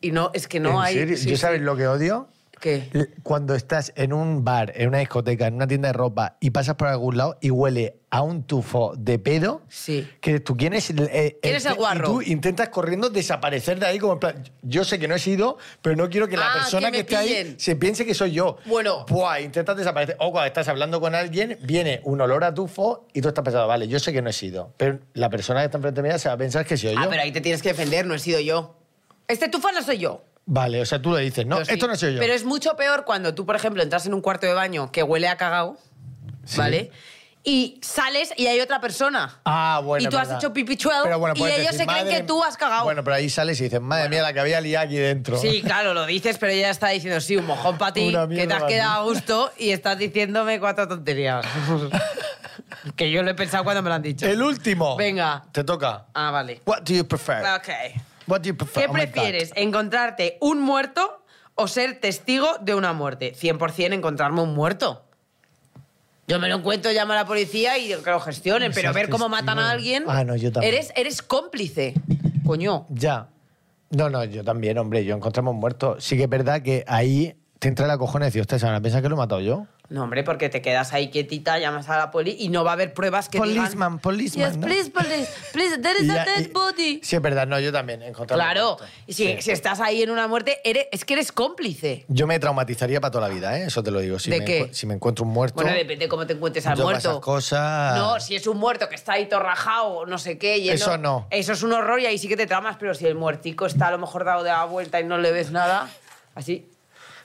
Speaker 3: y no, es que no
Speaker 2: ¿En
Speaker 3: hay...
Speaker 2: serio?
Speaker 3: sí,
Speaker 2: ¿Yo
Speaker 3: sí.
Speaker 2: sabes lo que odio?
Speaker 3: ¿Qué?
Speaker 2: L- Cuando estás en un bar, en una discoteca, en una tienda de ropa y pasas por algún lado y huele a un tufo de pedo.
Speaker 3: Sí.
Speaker 2: Que tú quién es el, eh,
Speaker 3: ¿Quién es el
Speaker 2: que-
Speaker 3: guarro?
Speaker 2: Y tú intentas corriendo desaparecer de ahí como en plan, yo sé que no he sido, pero no quiero que la
Speaker 3: Ah,
Speaker 2: persona que,
Speaker 3: que me
Speaker 2: esté ahí
Speaker 3: pillen.
Speaker 2: se piense que soy yo.
Speaker 3: Bueno.
Speaker 2: Buah, intentas desaparecer. O cuando estás hablando con alguien, viene un olor a tufo y tú estás pensando, vale, yo sé que no he sido, pero la persona que está enfrente mía se va a pensar que soy yo.
Speaker 3: Ah, pero ahí te tienes que defender, no he sido yo. Este tufa no soy yo.
Speaker 2: Vale, o sea, tú lo dices, no,
Speaker 3: Yo sí.
Speaker 2: esto no soy yo.
Speaker 3: Pero es mucho peor cuando tú, por ejemplo, entras en un cuarto de baño que huele a cagao, ¿vale? Y sales y hay otra persona.
Speaker 2: Ah, bueno.
Speaker 3: Y tú
Speaker 2: es
Speaker 3: has
Speaker 2: verdad.
Speaker 3: hecho pipichuelo
Speaker 2: Pero bueno,
Speaker 3: y
Speaker 2: puedes
Speaker 3: ellos
Speaker 2: decir,
Speaker 3: se creen
Speaker 2: "Madre
Speaker 3: que tú has cagado".
Speaker 2: Bueno, pero ahí sales y dices, madre mía, la que había liado aquí dentro.
Speaker 3: Sí, claro, lo dices, pero ella está diciendo, sí, un mojón para ti,
Speaker 2: Una
Speaker 3: que te
Speaker 2: mierda
Speaker 3: has
Speaker 2: pa'
Speaker 3: quedado a
Speaker 2: ti.
Speaker 3: gusto y estás diciéndome cuatro tonterías. que yo lo he pensado cuando me lo han dicho.
Speaker 2: El último.
Speaker 3: Venga.
Speaker 2: Te toca.
Speaker 3: Ah, vale.
Speaker 2: What do you prefer?
Speaker 3: Ok.
Speaker 2: What do you prefer?
Speaker 3: ¿Qué
Speaker 2: Oh my God.
Speaker 3: prefieres? ¿Encontrarte un muerto o ser testigo de una muerte? 100% encontrarme un muerto. Yo me lo encuentro, llamo a la policía y que lo gestionen,
Speaker 2: No
Speaker 3: pero
Speaker 2: seas
Speaker 3: ver cómo
Speaker 2: testigo.
Speaker 3: matan a alguien.
Speaker 2: Ah, no, yo también.
Speaker 3: Eres, eres cómplice. Coño.
Speaker 2: Ya. No, no, yo también, hombre, yo encontramos muerto. Sí que es verdad que ahí te entra la cojones y dices, ¿ustedes van a pensar que lo he matado yo?
Speaker 3: No, hombre, porque te quedas ahí quietita, llamas a la poli y no va a haber pruebas que digan...
Speaker 2: policeman, policeman.
Speaker 1: Yes,
Speaker 2: ¿no?
Speaker 1: please, please, please, there is
Speaker 2: Y
Speaker 1: a
Speaker 2: ya-
Speaker 1: dead
Speaker 2: y-
Speaker 1: body.
Speaker 2: Sí, es verdad, no, yo también. encontramos
Speaker 3: Claro.
Speaker 2: muerto.
Speaker 3: Y si,
Speaker 2: Sí.
Speaker 3: si estás ahí en una muerte, eres, es que eres cómplice.
Speaker 2: Yo me traumatizaría para toda la vida, ¿eh? Eso te lo digo. Si
Speaker 3: ¿De
Speaker 2: me,
Speaker 3: qué?
Speaker 2: encu- Si me encuentro un muerto...
Speaker 3: Bueno, depende de cómo te encuentres al
Speaker 2: yo para
Speaker 3: muerto.
Speaker 2: esas cosas...
Speaker 3: No, si es un muerto que está ahí torrajado, no sé qué. y
Speaker 2: Ah. Eso no.
Speaker 3: Eso es un horror y ahí sí que te tramas, pero si el muertico está a lo mejor dado de la vuelta y no le ves nada, así,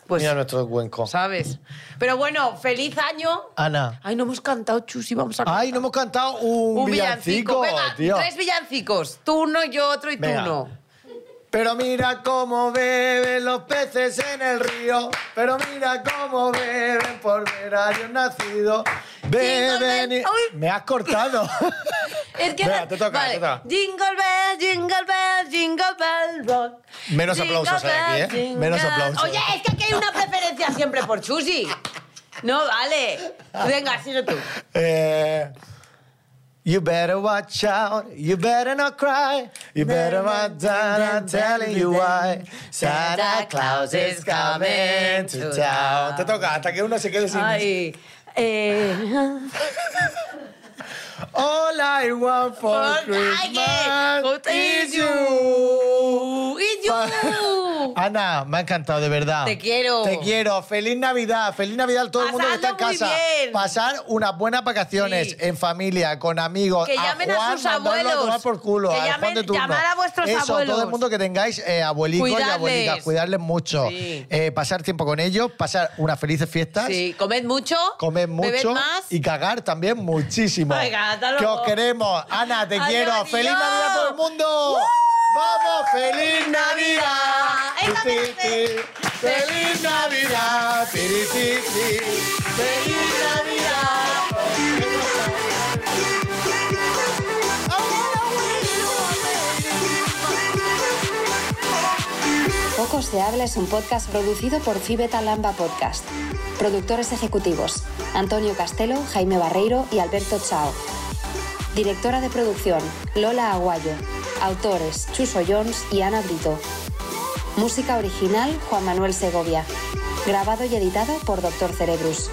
Speaker 3: pues,
Speaker 2: Mira nuestro cuenco.
Speaker 3: ¿sabes? Pero bueno, feliz año.
Speaker 2: Ana.
Speaker 3: Ay, no hemos cantado, Chusi, vamos a
Speaker 2: Ay, no hemos cantado un, villancico,
Speaker 3: Venga,
Speaker 2: tío.
Speaker 3: tres villancicos. Tú uno, yo otro y tú
Speaker 2: Venga.
Speaker 3: uno.
Speaker 2: Pero mira cómo beben los peces en el río. Pero mira cómo beben por ver a Dios nacido. Beben y...
Speaker 1: Jingle bell. Uy.
Speaker 2: Me has cortado.
Speaker 1: Es que
Speaker 2: Venga, te toca, te toca.
Speaker 1: Jingle bell, jingle bell, jingle bell rock.
Speaker 2: Menos
Speaker 1: Jingle
Speaker 2: aplausos hay
Speaker 1: bell,
Speaker 2: aquí, ¿eh?
Speaker 1: jingle-
Speaker 2: Menos aplausos.
Speaker 3: Oye, es que aquí hay una preferencia siempre por Chusi. No, vale. Venga, sigue tú.
Speaker 2: Eh, You better watch out, you better not cry, you better not down, I'm telling you why. Santa Claus is coming to town. Te toca, hasta que uno se quede sin...
Speaker 3: Ay. Eh,
Speaker 2: All I want for
Speaker 3: Ay,
Speaker 2: Christmas
Speaker 3: que-
Speaker 2: is you.
Speaker 3: Is you.
Speaker 2: Ana, me ha encantado, de verdad.
Speaker 3: Te quiero.
Speaker 2: Te quiero. Feliz Navidad. Feliz Navidad a todo el mundo que está en
Speaker 3: Pasadlo muy
Speaker 2: casa.
Speaker 3: bien.
Speaker 2: Pasar unas buenas vacaciones
Speaker 3: Sí.
Speaker 2: en familia, con amigos.
Speaker 3: Que llamen a
Speaker 2: Juan,
Speaker 3: sus
Speaker 2: mandarlo
Speaker 3: abuelos.
Speaker 2: A tomar por culo.
Speaker 3: Que
Speaker 2: al
Speaker 3: llamen-
Speaker 2: Juan de turno.
Speaker 3: llamar a vuestros
Speaker 2: Eso,
Speaker 3: abuelos.
Speaker 2: todo el mundo que tengáis eh, abuelicos y
Speaker 3: Cuidadles.
Speaker 2: abuelicas. Cuidarles mucho.
Speaker 3: Sí.
Speaker 2: Eh, pasar tiempo con ellos. Pasar unas felices fiestas.
Speaker 3: sí, comed mucho.
Speaker 2: Comer
Speaker 3: bebed
Speaker 2: mucho
Speaker 3: más.
Speaker 2: y cagar también muchísimo.
Speaker 3: Venga, hasta
Speaker 2: Que
Speaker 3: luego.
Speaker 2: os queremos. Ana, te
Speaker 3: Adiós,
Speaker 2: quiero.
Speaker 3: adiós.
Speaker 2: ¡Feliz Navidad a todo el mundo! ¡Vamos, feliz Navidad!
Speaker 3: Venga,
Speaker 2: Ti, ti, ti. ¡Feliz Navidad! Ti, ti, ti, ti. ¡Feliz Navidad!
Speaker 7: Poco se habla es un podcast producido por Fibeta Lamba Podcast. Productores ejecutivos: Antonio Castelo, Jaime Barreiro y Alberto Chao. Directora de producción: Lola Aguayo. Autores: Chuso Jones y Ana Brito. Música original: Juan Manuel Segovia. Grabado y editado por Doctor Cerebrus.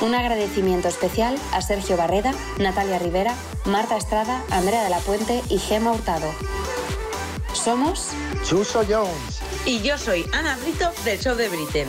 Speaker 7: Un agradecimiento especial a Sergio Barreda, Natalia Rivera, Marta Estrada, Andrea de la Puente y Gema Hurtado. Somos
Speaker 2: Chuso Jones.
Speaker 3: Y yo soy Ana Brito del Show de Britain.